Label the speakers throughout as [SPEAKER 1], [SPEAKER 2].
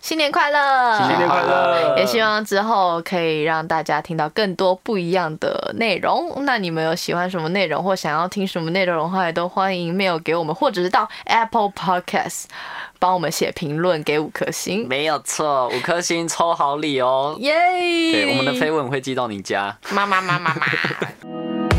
[SPEAKER 1] 新年快乐！
[SPEAKER 2] 新年快乐！
[SPEAKER 1] 呃也希望之后可以让大家听到更多不一样的内容。那你们有喜欢什么内容或想要听什么内容的话，也都欢迎 mail 给我们，或者是到 Apple Podcast 帮我们写评论，给五颗星。
[SPEAKER 2] 没有错，五颗星抽好 礼哦。
[SPEAKER 1] 耶！
[SPEAKER 2] 对，我们的飞吻会寄到你 家。
[SPEAKER 1] 妈妈妈妈妈。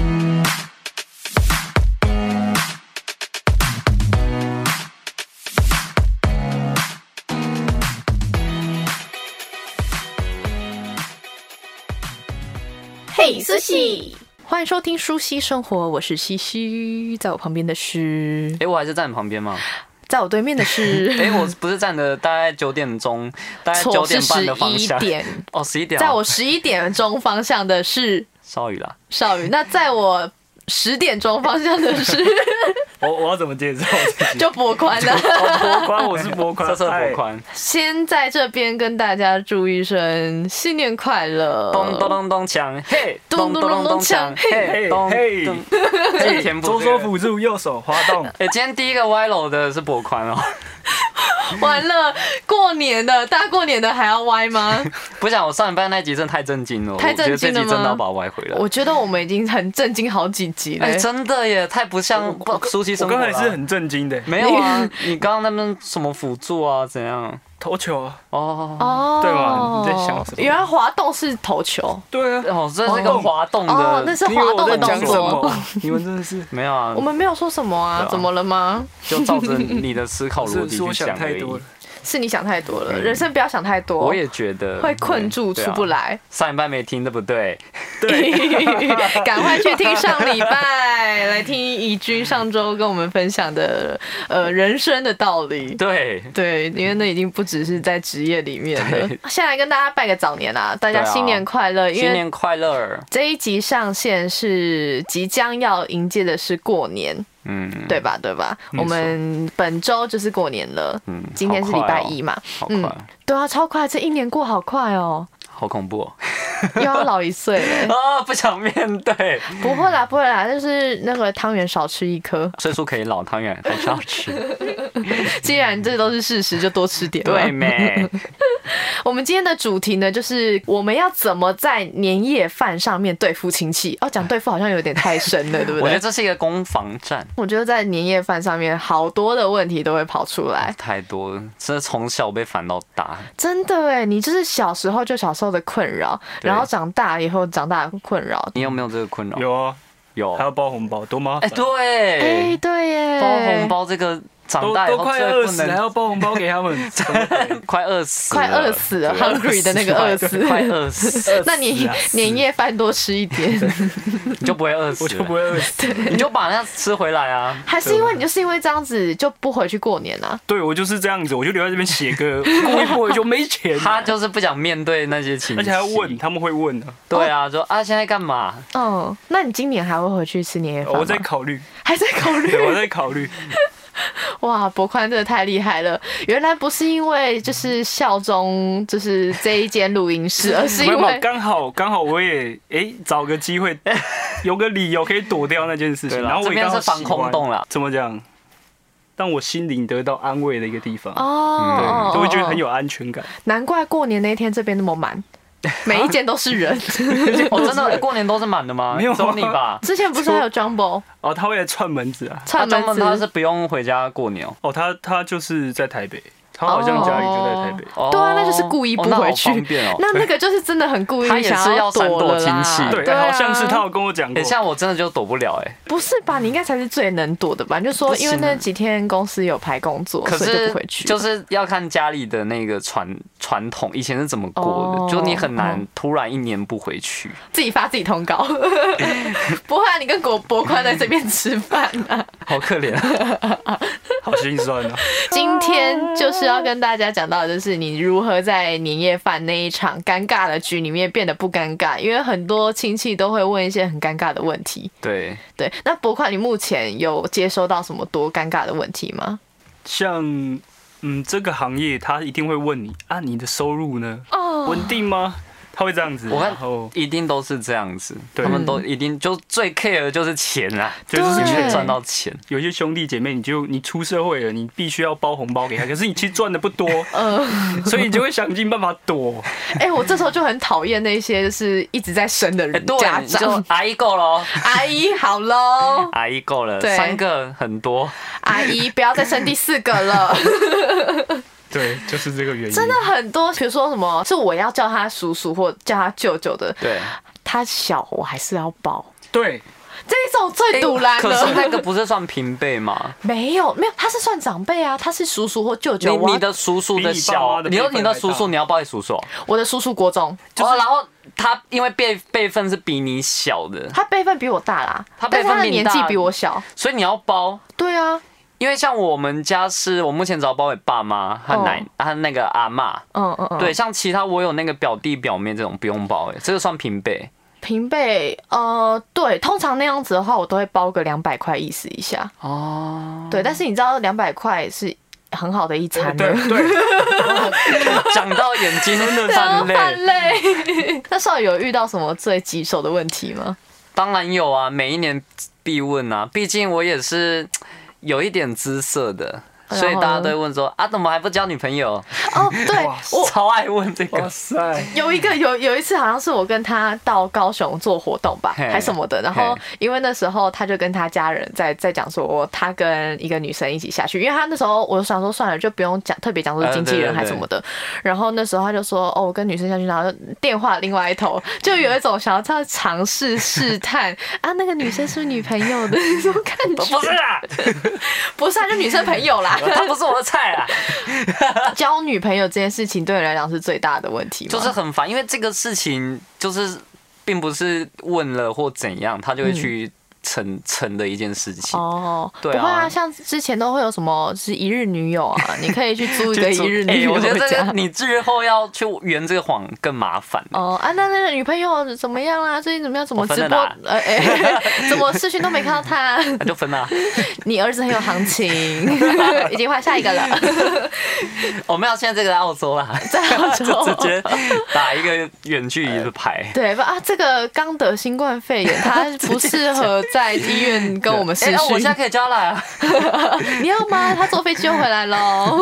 [SPEAKER 3] 嘿，苏西，
[SPEAKER 1] 欢迎收听《舒西生活》，我是西西，在我旁边的是
[SPEAKER 2] 哎、，我还是站你旁边吗？
[SPEAKER 1] 在我对面的是，
[SPEAKER 2] 哎、我不是站的大概九点 钟，大概九
[SPEAKER 1] 错是
[SPEAKER 2] 点半
[SPEAKER 1] 十
[SPEAKER 2] 的方
[SPEAKER 1] 一
[SPEAKER 2] 向。
[SPEAKER 1] 点，
[SPEAKER 2] 哦，十一点啊。
[SPEAKER 1] 在我十一点钟方向的是
[SPEAKER 2] 少宇啦，
[SPEAKER 1] 少宇，那在我十点钟方向的 是
[SPEAKER 4] 我我要怎么介绍自己？
[SPEAKER 1] 就博宽了。
[SPEAKER 4] 哦博宽，我是 博宽，
[SPEAKER 2] 瑟瑟
[SPEAKER 4] 嗨
[SPEAKER 2] 博。宽，
[SPEAKER 1] 先在这边跟大家祝一声新年快乐，
[SPEAKER 2] 咚咚咚咚锵，嘿，
[SPEAKER 1] 咚咚
[SPEAKER 2] 咚咚
[SPEAKER 1] 咚
[SPEAKER 2] 咚
[SPEAKER 1] 咚
[SPEAKER 2] 咚
[SPEAKER 1] 锵
[SPEAKER 2] 锵，
[SPEAKER 4] 嘿
[SPEAKER 2] 嘿，咚
[SPEAKER 4] 嘿
[SPEAKER 2] 咚，自己填补
[SPEAKER 4] 左
[SPEAKER 2] 这
[SPEAKER 4] 手
[SPEAKER 2] 个
[SPEAKER 4] 辅助，右手滑 动。
[SPEAKER 2] 哎、今天第一个歪楼的是博宽哦，
[SPEAKER 1] 完了，过年的大过年的还要歪 吗？
[SPEAKER 2] 不想我上一班那集真的太震惊了，
[SPEAKER 1] 太震
[SPEAKER 2] 我觉
[SPEAKER 1] 惊
[SPEAKER 2] 得这
[SPEAKER 1] 了吗
[SPEAKER 2] 集真的要把我歪回来。
[SPEAKER 1] 我觉得我们已经很震惊好几集了。
[SPEAKER 2] 哎、真的耶，太不像熟悉
[SPEAKER 4] 我
[SPEAKER 2] 生活
[SPEAKER 4] 刚才
[SPEAKER 2] 了。
[SPEAKER 4] 是很震惊的，
[SPEAKER 2] 没有啊，你刚刚那边什么辅助啊，怎样？
[SPEAKER 4] 投球啊。
[SPEAKER 2] 哦，
[SPEAKER 1] 哦，
[SPEAKER 4] 对吧你在想什么
[SPEAKER 1] 原来滑动是投球
[SPEAKER 4] 对啊，
[SPEAKER 2] 哦，这是个滑动的，。
[SPEAKER 1] 哦，那是
[SPEAKER 4] 你
[SPEAKER 1] 滑
[SPEAKER 4] 以为
[SPEAKER 1] 动
[SPEAKER 4] 我
[SPEAKER 1] 的
[SPEAKER 4] 在讲
[SPEAKER 1] 动
[SPEAKER 4] 什
[SPEAKER 1] 作。
[SPEAKER 4] 么？你们真的 是
[SPEAKER 2] 没有啊
[SPEAKER 1] 我，们没有说什么啊，
[SPEAKER 2] 对啊
[SPEAKER 1] 怎么了吗？
[SPEAKER 2] 就照着你的思考逻
[SPEAKER 4] 是
[SPEAKER 2] 辑
[SPEAKER 4] 是我
[SPEAKER 2] 去
[SPEAKER 4] 想
[SPEAKER 2] 想而
[SPEAKER 4] 太
[SPEAKER 2] 已。
[SPEAKER 4] 多了，
[SPEAKER 1] 是你想太多了，
[SPEAKER 2] 嗯
[SPEAKER 1] 人生不要想太多，
[SPEAKER 2] 我也觉得
[SPEAKER 1] 会困住
[SPEAKER 2] 对
[SPEAKER 1] 出不。
[SPEAKER 2] 对啊
[SPEAKER 1] 来。
[SPEAKER 2] 上一半没听，对不对？
[SPEAKER 1] 赶快去听上礼拜，来听怡君上周跟我们分享的呃人生的道理。
[SPEAKER 2] 对，
[SPEAKER 1] 对，因为那已经不只是在职业里面了
[SPEAKER 2] 对。
[SPEAKER 1] 先来跟大家拜个早年啊，大家
[SPEAKER 2] 对啊
[SPEAKER 1] 新年快乐！因
[SPEAKER 2] 新
[SPEAKER 1] 为
[SPEAKER 2] 年快乐。
[SPEAKER 1] 这一集上线是即将要迎接的是过年，
[SPEAKER 2] 嗯，
[SPEAKER 1] 对吧？对吧？我们本周就是过年了，
[SPEAKER 2] 嗯
[SPEAKER 1] 今天是礼拜一嘛，
[SPEAKER 2] 好
[SPEAKER 1] 嗯
[SPEAKER 2] 快，
[SPEAKER 1] 对啊，超快，这一年过好快哦，
[SPEAKER 2] 好恐怖哦！
[SPEAKER 1] 又要老一岁了。
[SPEAKER 2] 啊，不想面对。
[SPEAKER 1] 不会啦，不会啦，就是那个汤圆少吃一颗。
[SPEAKER 2] 岁数可以老，汤圆还是要 吃。
[SPEAKER 1] 既然这都是事实，就多吃点吧。
[SPEAKER 2] 对没？
[SPEAKER 1] 我们今天的主题呢，就是我们要怎么在年夜饭上面对付亲戚。哦，讲对付好像有点太深了，对不
[SPEAKER 2] 我觉
[SPEAKER 1] 对？
[SPEAKER 2] 得这是一个攻防战，
[SPEAKER 1] 我觉得在年夜饭上面，好多的问题都会跑出来。
[SPEAKER 2] 哎太多了，真的从小被烦到大。
[SPEAKER 1] 真的哎，你就是小时候就小时候的困扰，
[SPEAKER 2] 对
[SPEAKER 1] 然后长大以后长大的困扰。
[SPEAKER 2] 你有没有这个困扰？
[SPEAKER 4] 有啊，
[SPEAKER 2] 有
[SPEAKER 4] 还要包红包，多麻
[SPEAKER 2] 哎、
[SPEAKER 4] 烦。
[SPEAKER 1] 哎、
[SPEAKER 2] 对，
[SPEAKER 1] 对耶，
[SPEAKER 2] 包红包这个长
[SPEAKER 4] 都
[SPEAKER 2] 大以
[SPEAKER 4] 都
[SPEAKER 2] 后
[SPEAKER 4] 快
[SPEAKER 2] 最
[SPEAKER 4] 饿
[SPEAKER 2] 不
[SPEAKER 4] 死，还
[SPEAKER 2] 能，
[SPEAKER 4] 要包红包给他们，真的
[SPEAKER 2] 快饿死了，
[SPEAKER 1] 快饿死了
[SPEAKER 2] 对
[SPEAKER 1] ，hungry 的那个饿死
[SPEAKER 2] 快饿死，
[SPEAKER 1] 那你
[SPEAKER 4] 啊
[SPEAKER 1] 年夜饭多吃一 点，
[SPEAKER 2] 你就不会饿死
[SPEAKER 4] 我
[SPEAKER 2] 了，
[SPEAKER 4] 就不会 饿死。
[SPEAKER 2] 你就把那吃回来啊。
[SPEAKER 1] 还是因为你就是因为这样子就不回去过年啊？
[SPEAKER 4] 对我就是这样子，我就留在这边写歌，过一过就 没钱，
[SPEAKER 2] 他就是不想面对那些情绪，
[SPEAKER 4] 而且还要问，他们会问啊。
[SPEAKER 2] 对啊，说啊现在干嘛？
[SPEAKER 1] 嗯，那你今年还会回去吃年夜饭吗？
[SPEAKER 4] 我在考虑，
[SPEAKER 1] 还在考虑
[SPEAKER 4] 对，我在考虑，
[SPEAKER 1] 哇，博宽真的太厉害了！原来不是因为就是效忠就是这一间录音 室，而是
[SPEAKER 4] 没
[SPEAKER 1] 因
[SPEAKER 4] 有没有
[SPEAKER 1] 为
[SPEAKER 4] 刚好刚好我也哎、找个 机会，有个理由可以躲掉那件事情，
[SPEAKER 2] 对啦
[SPEAKER 4] 然后
[SPEAKER 2] 这
[SPEAKER 4] 我也
[SPEAKER 2] 边
[SPEAKER 4] 刚好
[SPEAKER 2] 是防
[SPEAKER 4] 喜
[SPEAKER 2] 空
[SPEAKER 4] 欢
[SPEAKER 2] 洞啦
[SPEAKER 4] 怎么讲？让我心灵得到安慰的一个地方，
[SPEAKER 1] 哦哦，
[SPEAKER 4] 嗯都会觉得很
[SPEAKER 1] 哦，
[SPEAKER 4] 有安全感。
[SPEAKER 1] 难怪过年那天这边那么满，每一间都是 人。
[SPEAKER 2] 我、哦真的过年都是满的吗？
[SPEAKER 4] 没有啊
[SPEAKER 2] 只有你吧？
[SPEAKER 1] 之前不是还有 Jumbo
[SPEAKER 4] 哦，他会来串门子啊！
[SPEAKER 2] 他
[SPEAKER 1] 串
[SPEAKER 2] 专
[SPEAKER 1] 门
[SPEAKER 2] 门他是
[SPEAKER 1] 子？
[SPEAKER 2] 不用回家过年哦。
[SPEAKER 4] 哦，他他就是在台北，他好像家里就在台北。
[SPEAKER 2] 哦
[SPEAKER 1] 对啊，那就是故意不回去
[SPEAKER 2] 哦那好方便哦。
[SPEAKER 1] 那那个就是真的很故意
[SPEAKER 2] 他也是
[SPEAKER 1] 想
[SPEAKER 2] 要闪
[SPEAKER 1] 躲
[SPEAKER 2] 躲
[SPEAKER 1] 了啦
[SPEAKER 2] 亲戚
[SPEAKER 4] 对，哎
[SPEAKER 1] 对啊
[SPEAKER 4] 好像是他有跟我讲过
[SPEAKER 2] 等一。欸下我真的就躲不了哎、
[SPEAKER 1] 不是吧？你应该才是最能躲的吧？你就说
[SPEAKER 2] 不行
[SPEAKER 1] 因
[SPEAKER 2] 啊
[SPEAKER 1] 为那几天公司有排工作，
[SPEAKER 2] 可
[SPEAKER 1] 所以
[SPEAKER 2] 是
[SPEAKER 1] 就不回去。
[SPEAKER 2] 就是要看家里的那个传传统，以前是怎么过的，
[SPEAKER 1] 哦
[SPEAKER 2] 就你很难
[SPEAKER 1] 嗯
[SPEAKER 2] 突然一年不回去。
[SPEAKER 1] 自己发自己通告， 不会、啊，你跟国博宽在这边吃饭啊。
[SPEAKER 2] 好可怜啊！
[SPEAKER 4] 好心酸啊！
[SPEAKER 1] 今天就是要跟大家讲到，的就是你如何在年夜饭那一场尴尬的局里面变得不尴尬，因为很多亲戚都会问一些很尴尬的问题。
[SPEAKER 2] 对，
[SPEAKER 1] 对，那博宽，你目前有接收到什么多尴尬的问题吗？
[SPEAKER 4] 像嗯，这个行业他一定会问你啊，你的收入呢？
[SPEAKER 1] 哦
[SPEAKER 4] 稳定吗？他会这样子。
[SPEAKER 2] 我看
[SPEAKER 4] 然后
[SPEAKER 2] 一定都是这样子，
[SPEAKER 4] 对
[SPEAKER 2] 他们都一定就最 care 的就是钱啊，
[SPEAKER 4] 对就是
[SPEAKER 2] 你
[SPEAKER 4] 钱
[SPEAKER 2] 可以赚到钱。
[SPEAKER 4] 有些兄弟姐妹，你就你出社会了，你必须要包红 包给他，可是你其实赚的不多，
[SPEAKER 2] 嗯
[SPEAKER 4] 所以你就会想尽办法 躲。
[SPEAKER 1] 哎、我这时候就很讨厌那些就是一直在生的
[SPEAKER 2] 哎
[SPEAKER 1] 人，家
[SPEAKER 2] 对，你
[SPEAKER 1] 长
[SPEAKER 2] 就。阿姨够了哦，
[SPEAKER 1] 阿姨好喽，
[SPEAKER 2] 阿姨够了，
[SPEAKER 1] 对
[SPEAKER 2] 三个很多，
[SPEAKER 1] 阿姨不要再生第四个了。
[SPEAKER 4] 对，就是这个原因。
[SPEAKER 1] 真的很多，比如说什么是我要叫他叔叔或叫他舅舅的，
[SPEAKER 2] 对。
[SPEAKER 1] 他小我还是要抱，
[SPEAKER 4] 对，
[SPEAKER 1] 这一种最堵然
[SPEAKER 2] 可是那
[SPEAKER 1] 了。
[SPEAKER 2] 个不是算平辈吗？
[SPEAKER 1] 没有没有，他是算长辈啊，他是叔叔或舅
[SPEAKER 2] 你
[SPEAKER 1] 舅。我
[SPEAKER 2] 你的叔叔的
[SPEAKER 4] 比你爸
[SPEAKER 2] 小，
[SPEAKER 4] 妈的
[SPEAKER 2] 你说
[SPEAKER 4] 辈分
[SPEAKER 2] 你的
[SPEAKER 4] 还
[SPEAKER 2] 叔叔，
[SPEAKER 4] 大
[SPEAKER 2] 你要抱你叔叔哦，
[SPEAKER 1] 我的叔叔国中，
[SPEAKER 2] 哦，然后他因为辈辈分是比你小的，
[SPEAKER 1] 他辈分比我大啦，
[SPEAKER 2] 他
[SPEAKER 1] 但
[SPEAKER 2] 辈
[SPEAKER 1] 是
[SPEAKER 2] 分
[SPEAKER 1] 他的
[SPEAKER 2] 比你
[SPEAKER 1] 年
[SPEAKER 2] 大
[SPEAKER 1] 纪比我小。
[SPEAKER 2] 所以你要包。
[SPEAKER 1] 对啊，
[SPEAKER 2] 因为像我们家是我目前只要包给爸妈和奶
[SPEAKER 1] 哦
[SPEAKER 2] 和那个阿妈，
[SPEAKER 1] 嗯嗯嗯，
[SPEAKER 2] 对，像其他我有那个表弟表妹这种不用包，哎，这个算平辈。
[SPEAKER 1] 平辈，呃，对，通常那样子的话，我都会包个两百块意思一下。
[SPEAKER 2] 哦，
[SPEAKER 1] 对，但是你知道两百块是很好的一餐的。
[SPEAKER 4] 对对，
[SPEAKER 2] 讲到眼睛真的泛
[SPEAKER 1] 很
[SPEAKER 2] 泪，
[SPEAKER 1] 累。那少爷有遇到什么最棘手的问题吗？
[SPEAKER 2] 当然有啊，每一年必问啊，毕竟我也是有一点姿色的，
[SPEAKER 1] 然后呢
[SPEAKER 2] 所以大家都会问说啊，怎么还不交女朋友？
[SPEAKER 1] 哦，啊对
[SPEAKER 4] 哇
[SPEAKER 1] 我
[SPEAKER 2] 超爱问这
[SPEAKER 4] 哇
[SPEAKER 2] 个，
[SPEAKER 4] 塞，
[SPEAKER 1] 有一个有有一次好像是我跟他到高雄做活动吧，
[SPEAKER 2] 嘿
[SPEAKER 1] 还什么的，然后
[SPEAKER 2] 嘿
[SPEAKER 1] 因为那时候他就跟他家人在在讲说，他跟一个女生一起下去，因为他那时候我就想说算了，就不用讲特别讲说是经纪人
[SPEAKER 2] 呃对对
[SPEAKER 1] 还什么的，然后那时候他就说哦，我跟女生下去，然后电话另外一头就有一种想要他尝试试 探啊，那个女生是不是女朋友的 那种感觉，
[SPEAKER 2] 不是啊，
[SPEAKER 1] 不是啊，就女生朋 友啦，
[SPEAKER 2] 他不是我的菜啊，
[SPEAKER 1] 交女朋友这件事情对你来讲是最大的问题吗？
[SPEAKER 2] 就是很烦，因为这个事情就是并不是问了或怎样，他就会去成成的一件事情。
[SPEAKER 1] 嗯哦，
[SPEAKER 2] 对
[SPEAKER 1] 不会啊，
[SPEAKER 2] 啊
[SPEAKER 1] 像之前都会有什么是一日女友啊，你可以去租一 个
[SPEAKER 2] 就
[SPEAKER 1] 一日
[SPEAKER 2] 哎
[SPEAKER 1] 女友
[SPEAKER 2] 我觉得这
[SPEAKER 1] 家
[SPEAKER 2] 个。你日后要去圆这个谎更麻烦。
[SPEAKER 1] 哦啊，那那个女朋友怎么样啦？最近怎么样？怎么
[SPEAKER 2] 我分
[SPEAKER 1] 直
[SPEAKER 2] 了
[SPEAKER 1] 播
[SPEAKER 2] 啦？
[SPEAKER 1] 呃，哎、怎么视讯都没看到 她？
[SPEAKER 2] 那就分啊了。
[SPEAKER 1] 你儿子很有行 情，已经换下一个了。
[SPEAKER 2] 我们要现在这个在澳洲啦，
[SPEAKER 1] 在澳洲
[SPEAKER 2] 就直接打一个远距离的牌。
[SPEAKER 1] 对吧？啊，这个刚得新冠肺炎，他不适合在医院哦跟我们视
[SPEAKER 2] 哎，
[SPEAKER 1] 讯。
[SPEAKER 2] 那我现在可以交 来啊，
[SPEAKER 1] 你要吗？他坐飞机又回来喽。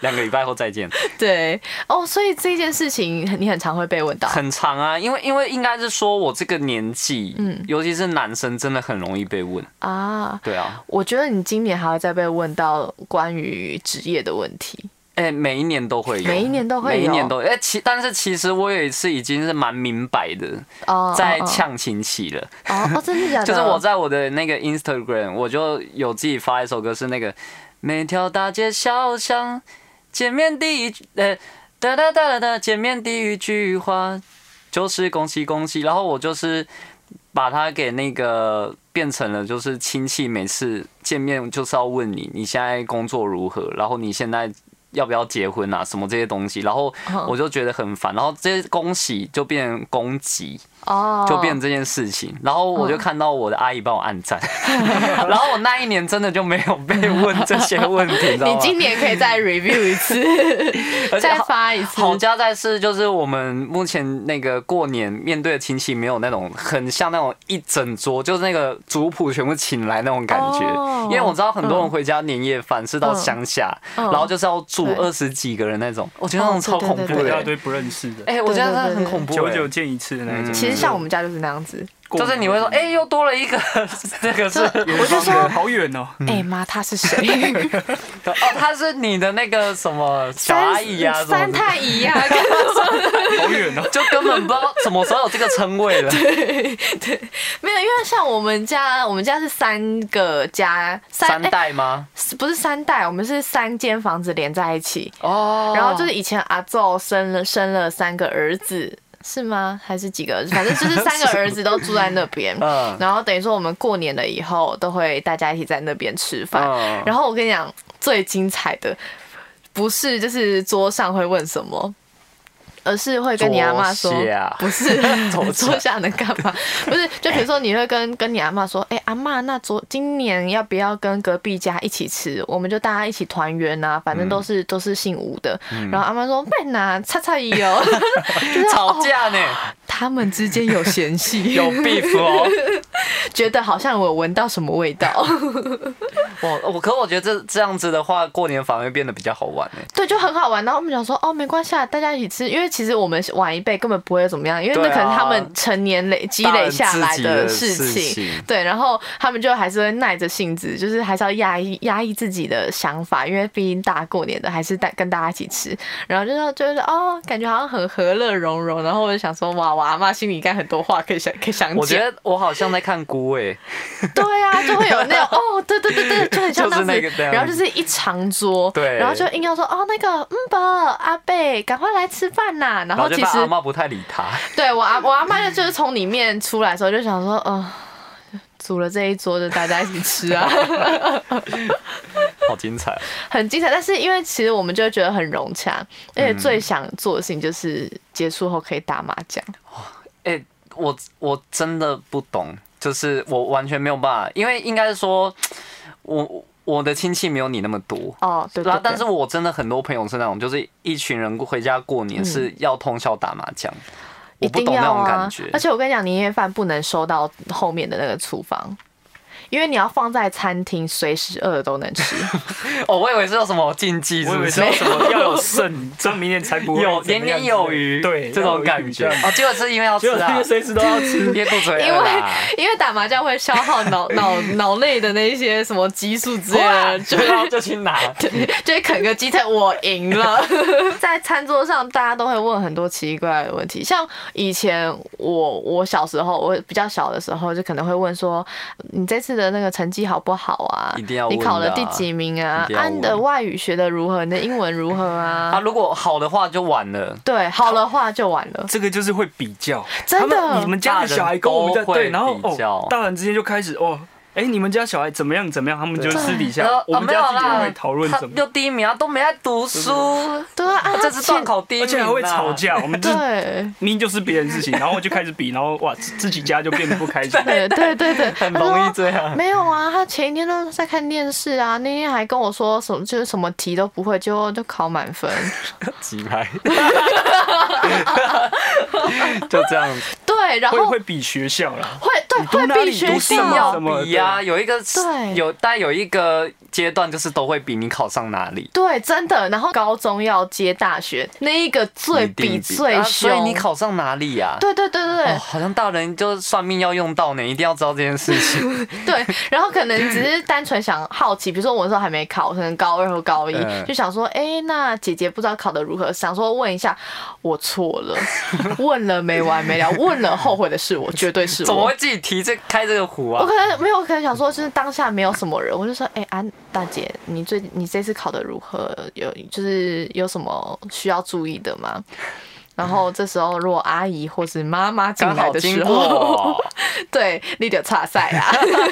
[SPEAKER 2] 两个礼拜后再见。
[SPEAKER 1] 对哦，所以这件事情你很常会被问到。
[SPEAKER 2] 很长啊，因为因为应该是说我这个年纪，嗯，尤其是男生真的很容易被问。
[SPEAKER 1] 啊，
[SPEAKER 2] 对啊，
[SPEAKER 1] 我觉得你今年还会再被问到关于职业的问题。
[SPEAKER 2] 哎、每一年都会有，
[SPEAKER 1] 每一年都会有
[SPEAKER 2] 每一年都有。哎、其但是其实我有一次已经是蛮明白的，
[SPEAKER 1] 哦，
[SPEAKER 2] 在
[SPEAKER 1] 哦
[SPEAKER 2] 呛亲戚了。
[SPEAKER 1] 哦哦，真的 假的？
[SPEAKER 2] 就是我在我的那个 Instagram，我就有自己发一首歌，是那个每条大街小巷见面第一句，呃，哒哒哒哒哒，见面第一句话就是恭喜恭喜。然后我就是把它给那个变成了，就是亲戚每次见面就是要问你你现在工作如何，然后你现在。要不要结婚啊？什么这些东西，然后
[SPEAKER 1] 嗯
[SPEAKER 2] 我就觉得很烦，然后这些恭喜就变成攻击，
[SPEAKER 1] 哦，嗯
[SPEAKER 2] 就变这件事情，然后我就看到我的阿姨帮我按赞， 然后我那一年真的就没有被问这些问题，你知道
[SPEAKER 1] 你
[SPEAKER 2] 吗？
[SPEAKER 1] 今年可以再 review 一 次，
[SPEAKER 2] 而且
[SPEAKER 1] 再
[SPEAKER 2] 好
[SPEAKER 1] 发一次。
[SPEAKER 2] 好家在是就是我们目前那个过年面对的亲戚没有那种很像那种一整桌就是那个族谱全部请来那种感觉
[SPEAKER 1] 哦，
[SPEAKER 2] 因为我知道很多人回家年夜饭是到乡下，
[SPEAKER 1] 嗯
[SPEAKER 2] 然后就是要住
[SPEAKER 1] 对哦
[SPEAKER 2] 二十几个人那种，我觉得那种超恐
[SPEAKER 1] 对
[SPEAKER 2] 怖
[SPEAKER 4] 一
[SPEAKER 1] 对
[SPEAKER 4] 大
[SPEAKER 2] 的。
[SPEAKER 4] 堆不认识的，
[SPEAKER 2] 哎，我觉得那
[SPEAKER 1] 对对对
[SPEAKER 2] 很恐怖
[SPEAKER 4] 久
[SPEAKER 2] 欸，
[SPEAKER 4] 久见一次的那一种。
[SPEAKER 2] 嗯
[SPEAKER 1] 其实像我们家就是那样子。
[SPEAKER 4] 过
[SPEAKER 2] 就
[SPEAKER 4] 年
[SPEAKER 2] 是你会说，，哎，又多了一个，这个是
[SPEAKER 1] 我就说，
[SPEAKER 4] 好远哦，
[SPEAKER 1] 哎妈，他是谁？
[SPEAKER 2] 哦，她是你的那个什么小阿姨呀、啊，
[SPEAKER 1] 三
[SPEAKER 2] 什
[SPEAKER 1] 三
[SPEAKER 2] 么的，
[SPEAKER 1] 太姨 呀，跟我说
[SPEAKER 4] 好远哦。
[SPEAKER 2] 就根本不知道什么时候有这个称谓 了。
[SPEAKER 1] 没有，因为像我们家，我们家是三个家，
[SPEAKER 2] 三
[SPEAKER 1] 三哎
[SPEAKER 2] 代吗？
[SPEAKER 1] 不是三代，我们是三间房子连在一起。
[SPEAKER 2] 哦，。
[SPEAKER 1] 然后就是以前阿昼生了生了三个儿子，是吗？还是几个儿子？反正 就是三个儿子都住在那边
[SPEAKER 2] 嗯
[SPEAKER 1] 然后等于说我们过年了以后，都会大家一起在那边吃饭。
[SPEAKER 2] 嗯
[SPEAKER 1] 然后我跟你讲，最精彩的不是就是桌上会问什么，而是会跟你阿妈说
[SPEAKER 2] 左 下，
[SPEAKER 1] 不是
[SPEAKER 2] 左下
[SPEAKER 1] 坐下能干嘛？ 不是，就比如说你会跟跟你阿妈说，哎、阿妈，那昨今年要不要跟隔壁家一起吃？我们就大家一起团圆啊，反正都是、都是姓吴的。然后阿妈说，笨呐，擦擦油， 就是
[SPEAKER 2] 吵
[SPEAKER 1] 哦
[SPEAKER 2] 架呢，
[SPEAKER 1] 他们之间有嫌 隙，
[SPEAKER 2] 有 beef 哦。
[SPEAKER 1] 觉得好像我闻到什么味道，
[SPEAKER 2] 我我可我觉得这这样子的话，过年反而会变得比较好玩哎。
[SPEAKER 1] 对，就很好玩。然后我们想说，哦，没关系啊，大家一起吃，因为其实我们晚一辈根本不会怎么样，因为那
[SPEAKER 2] 对啊
[SPEAKER 1] 可能他们成年累积累下来
[SPEAKER 2] 的
[SPEAKER 1] 事
[SPEAKER 2] 事情
[SPEAKER 1] 对，然后他们就还是会耐着性子，就是还是要压抑压抑自己的想法，因为毕竟大过年的还是带跟大家一起吃，然后就是就是哦，感觉好像很和乐融融。然后我就想说，哇，我阿妈心里应该很多话可以想可以想
[SPEAKER 2] 我觉
[SPEAKER 1] 讲。
[SPEAKER 2] 得我好像在看姑哎，
[SPEAKER 1] 对啊，就会有那 种哦，对对对对，就很像
[SPEAKER 2] 就是
[SPEAKER 1] 那
[SPEAKER 2] 那
[SPEAKER 1] 样
[SPEAKER 2] 个
[SPEAKER 1] 子，
[SPEAKER 2] 这样
[SPEAKER 1] 然后就是一长桌，
[SPEAKER 2] 对
[SPEAKER 1] 然后就硬要说哦那个嗯伯阿贝，赶快来吃饭呐、然
[SPEAKER 2] 然后
[SPEAKER 1] 后
[SPEAKER 2] 就
[SPEAKER 1] 其
[SPEAKER 2] 发现阿
[SPEAKER 1] 实
[SPEAKER 2] 妈不太理 他，
[SPEAKER 1] 对我阿我阿妈就是从里面出来的时候就想说，呃，煮了这一桌就大家一起吃 啊，
[SPEAKER 2] 好精彩。
[SPEAKER 1] 很精彩。但是因为其实我们就会觉得很融洽，而
[SPEAKER 2] 嗯
[SPEAKER 1] 且最想做的事情就是结束后可以打麻将。
[SPEAKER 2] 哎、我我真的不懂，就是我完全没有办法，因为应该是说，我我的亲戚没有你那么多。
[SPEAKER 1] 哦，对对
[SPEAKER 2] 然
[SPEAKER 1] 对，
[SPEAKER 2] 后，啊但是我真的很多朋友是那种，就是一群人回家过年是要通宵打麻将，
[SPEAKER 1] 嗯一
[SPEAKER 2] 我不
[SPEAKER 1] 定
[SPEAKER 2] 懂
[SPEAKER 1] 要
[SPEAKER 2] 那种
[SPEAKER 1] 啊
[SPEAKER 2] 感觉！。
[SPEAKER 1] 而且我跟你讲，年夜饭不能收到后面的那个厨房，因为你要放在餐厅，随时饿了都能 吃。
[SPEAKER 2] 哦，我以为是有什么禁忌，
[SPEAKER 4] 我
[SPEAKER 2] 是
[SPEAKER 4] 以
[SPEAKER 2] 不
[SPEAKER 4] 为是
[SPEAKER 2] 是？
[SPEAKER 4] 要什么要有剩，这样明年才不会
[SPEAKER 2] 有
[SPEAKER 4] 怎么
[SPEAKER 2] 年
[SPEAKER 4] 样
[SPEAKER 2] 年有
[SPEAKER 4] 之类的
[SPEAKER 2] 余，
[SPEAKER 4] 对
[SPEAKER 2] 这种感觉。
[SPEAKER 4] 要有余
[SPEAKER 2] 哦，结果是因为要吃
[SPEAKER 4] 结果这
[SPEAKER 2] 啊
[SPEAKER 4] 个，随时都要吃，
[SPEAKER 2] 憋肚子
[SPEAKER 1] 因
[SPEAKER 2] 饿啊
[SPEAKER 1] 为
[SPEAKER 2] 啦。
[SPEAKER 1] 因为打 麻将会消耗脑 脑脑内的那一些什么激素 之类的，就
[SPEAKER 2] 然后就去拿。
[SPEAKER 1] 就会啃个鸡腿，我赢了。 在餐桌上，大家都会问很多奇怪的问题，像以前我我小时候，我比较小的时候，就可能会问说，嗯你这次的那个成绩好不好啊？
[SPEAKER 2] 一定要问
[SPEAKER 1] 你
[SPEAKER 2] 的啊
[SPEAKER 1] 考了第几名啊
[SPEAKER 2] 一？定要
[SPEAKER 1] 啊，
[SPEAKER 2] 问
[SPEAKER 1] 你的外语学的如何？你的英文如何
[SPEAKER 2] 啊，
[SPEAKER 1] 啊？
[SPEAKER 2] 如果好的话就完了。
[SPEAKER 1] 对，好了话就完了。
[SPEAKER 4] 这个就是会比较，
[SPEAKER 1] 真的
[SPEAKER 4] 他们你们家的小孩跟我们
[SPEAKER 2] 大
[SPEAKER 4] 家
[SPEAKER 2] 人都会
[SPEAKER 4] 对，然后
[SPEAKER 2] 比较
[SPEAKER 4] 哦，大人之间就开始哦，哎，你们家小孩怎么样怎么样，他们就
[SPEAKER 2] 对
[SPEAKER 4] 私底下
[SPEAKER 2] 然后，
[SPEAKER 4] 我们
[SPEAKER 2] 啊没有
[SPEAKER 4] 家自己
[SPEAKER 2] 啦
[SPEAKER 4] 人会讨论
[SPEAKER 2] 他
[SPEAKER 4] 怎么，
[SPEAKER 2] 又第一名啊，都没在读书，
[SPEAKER 1] 对啊，啊
[SPEAKER 2] 这次段考第一
[SPEAKER 4] 而
[SPEAKER 2] 名，
[SPEAKER 4] 且还会吵。架，我们就是
[SPEAKER 1] 对。。
[SPEAKER 4] 明明就是别人事情，然后就开始比，然后哇，自自己家就变得不开 心
[SPEAKER 1] 对对对对，
[SPEAKER 2] 很
[SPEAKER 1] 他说
[SPEAKER 2] 容易这样
[SPEAKER 1] 没有啊，他前一天都在看电视啊，那天还跟我说什么就是什么题都不会，结果就考满分。
[SPEAKER 2] 挤 来，就这样，
[SPEAKER 1] 对，然
[SPEAKER 4] 会
[SPEAKER 1] 后
[SPEAKER 4] 会比学校啦，
[SPEAKER 1] 会对
[SPEAKER 4] 读
[SPEAKER 1] 会
[SPEAKER 4] 哪里
[SPEAKER 1] 比学
[SPEAKER 4] 读什么
[SPEAKER 1] 校
[SPEAKER 4] 什，么
[SPEAKER 2] 比呀、有一个
[SPEAKER 1] 对
[SPEAKER 2] 有，但有一个阶段就是都会比你考上哪里，
[SPEAKER 1] 对，真的。然后高中要接大学，那一个最
[SPEAKER 2] 一定
[SPEAKER 1] 比最
[SPEAKER 2] 啊所以
[SPEAKER 1] 凶。
[SPEAKER 2] 你考上哪里呀、
[SPEAKER 1] 对对对对、
[SPEAKER 2] 哦，好像大人就算命要用到呢，一定要知道这件事情。
[SPEAKER 1] 对，然后可能只是单纯想好奇，比如说我那时候还没考，可能高二或高一，
[SPEAKER 2] 嗯
[SPEAKER 1] 就想说，哎、那姐姐不知道考得如何，想说问一下，我错了，问了没完没了，问了后悔的是我，绝 对是我。
[SPEAKER 2] 怎么会自己提这开这个壶
[SPEAKER 1] 我
[SPEAKER 2] 啊？
[SPEAKER 1] 可能没有，我可能想说，就是当下没有什么人，我就说，哎、安大姐，你最你这次考的如何？有就是有什么需要注意的吗？然后这时候，如果阿姨或是妈妈进
[SPEAKER 2] 刚
[SPEAKER 1] 来
[SPEAKER 2] 好
[SPEAKER 1] 的时
[SPEAKER 2] 经
[SPEAKER 1] 候，
[SPEAKER 2] 过，哦
[SPEAKER 1] 对，你就差赛啊。